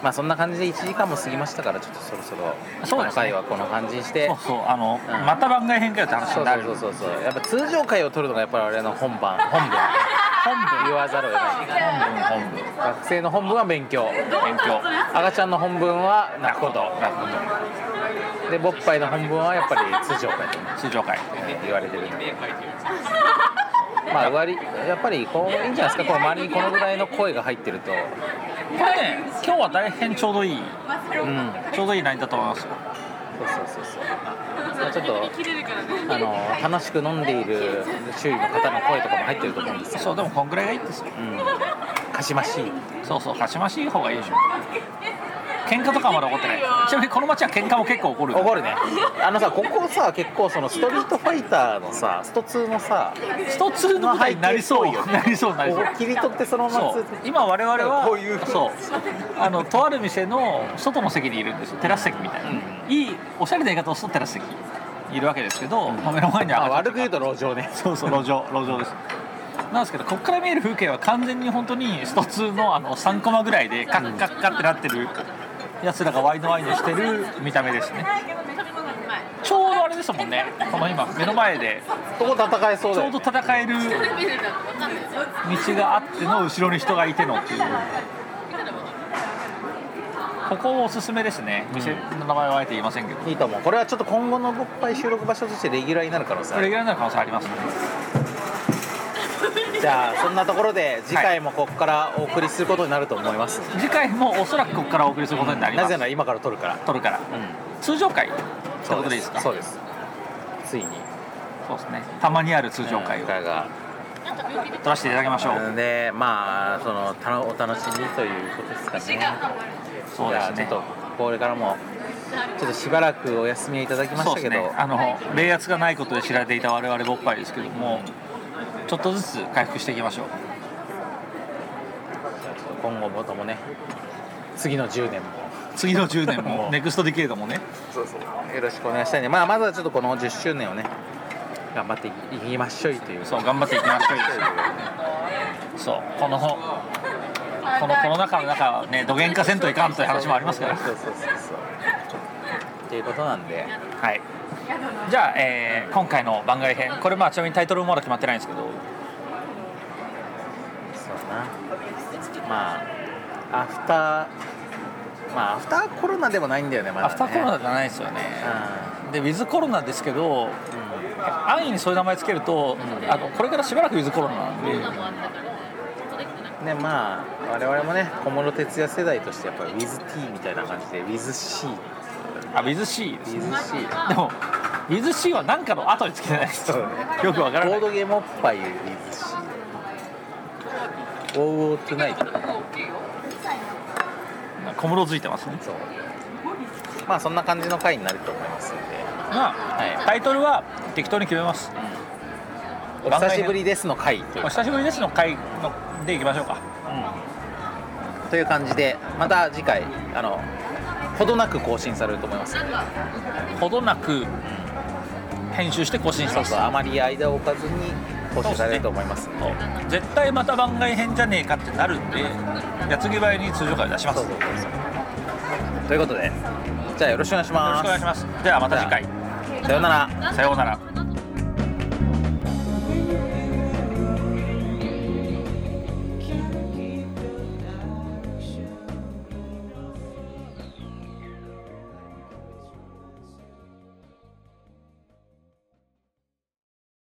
まあそんな感じで1時間も過ぎましたからちょっとそろそろ
そう
今
で
の
すね
回はこの感じにして
そうそうあ
う
の、
ん
また番外編かよって話
そう
になる
そうそうそうやっぱ通常回を取るのがやっぱり我々の本番本分本分言わざるを得ない
本文本文
学生の本分は勉強
勉強
赤ちゃんの本分は泣くことでボッパイの本分はやっぱり通常回と
通常会
言われてるのでまあ割りやっぱりこういいんじゃないですかこの周りにこのぐらいの声が入ってると
これね今日は大変ちょうどいい
うん
ちょうどいいラインだと思いますよ
そうそうそうそうちょっと
切れるからね。
あの楽しく飲んでいる周囲の方の声とかも入ってると思うんですよ、
そうでもこんぐらいがいいですよ
うん、かしましい
そうそうかしましい方がいいでしょ喧嘩とかまだ起こってないちなみにこの町は喧嘩も結構起こる
怒るねあのさここさ結構そのストリートファイターのさスト2のさ
スト2の範囲になりそう
よ
なりそうなりそう
ここ切り取ってそのまま
そ
通
う今我々は
こういう
そうあのとある店の外の席にいるんですよテラス席みたいな、いいおしゃれな言い方をするとテラス席にいるわけですけど、まあ目の前に
まあ悪
赤ちゃんとか
く言うと路上ね
そうそう路上路上ですなんですけどここから見える風景は完全に本当にスト2のあの3コマぐらいでカッカッカッってなってるやつらがワイドワイドしてる見た目ですねちょうどあれですもんねこの今目の前で
そこ戦えそう
ち
だ
ょう
よ
ど戦える道があっての後ろに人がいてのっていうここおすすめですね店の名前はあえて言いませんけど
いいと思うこれはちょっと今後の勃発収録場所としてレギュラーになる可能性
こ
あ
れ
る
ぐらいになる可能性ありますね
じゃあそんなところで次回もここからお送りすることになると思います、
次回もおそらくここからお送りすることになります、
なぜなら今から撮るから
撮るから
うん
通常会ってことでいいですか
そうですついに
そうですねたまにある通常会を
会が
撮らせていただきましょう、
でまあそのたのお楽しみということですかね
そうで
じ
す
ゃあ
ね
ちょっとこれからもちょっとしばらくお休みをいただきま
そ
し
う
た
で
け
す
ど、
ねあの冷圧がないことで知られていた我々ぼっぱいですけどもちょっとずつ回復していきましょう
今後もともね次の10年も
次の10年 もネクストディケイドもね
そうそうよろしくお願いしたいねまあまずはちょっとこの10周年をね頑張っていきましょうという
そう頑張っていきましょうよ そうこのこのコロナ禍の中はねどげんかせんといかんという話もありますから
そうそうそうそうっていうことなんで
はいじゃあ、えー今回の番外編これまあちなみにタイトルもまだ決まってないんですけど
そうなまあアフターまあアフターコロナでもないんだよねまだね
アフターコロナじゃないですよねでウィズコロナですけど
うんうん
安易にそういう名前つけると、あのこれからしばらくウィズコロナなんで、
ねまあ我々もね小室哲哉世代としてやっぱり WithT みたいな感じで WithC
あ WithC ですね
WithC
でも WithC は何かの後につけてないです
そう
よくわから
ボ
な
ー
い
ドゲームおっぱい WithC ウォーウォートゥナイト
小室づいてますね
そうまあそんな感じの回になると思いますんで、
まあ
は
タイトルは適当に決めます
い、お久しぶりですの回という
お久しぶりですの回のでいきましょうか
という感じでまた次回あのほどなく更新されると思いますので
ほどなく編集して更新し
そ
ま
う
す
そうあまり間を置かずに更新されると思いますので
絶対また番外編じゃねえかってなるんで矢継ぎ早に通常回出します
そう
よ
そう
ろし
そうそうということでじゃあよろしくお願いし
くお
ます
願いしますではまた次回
さようなら
さようなら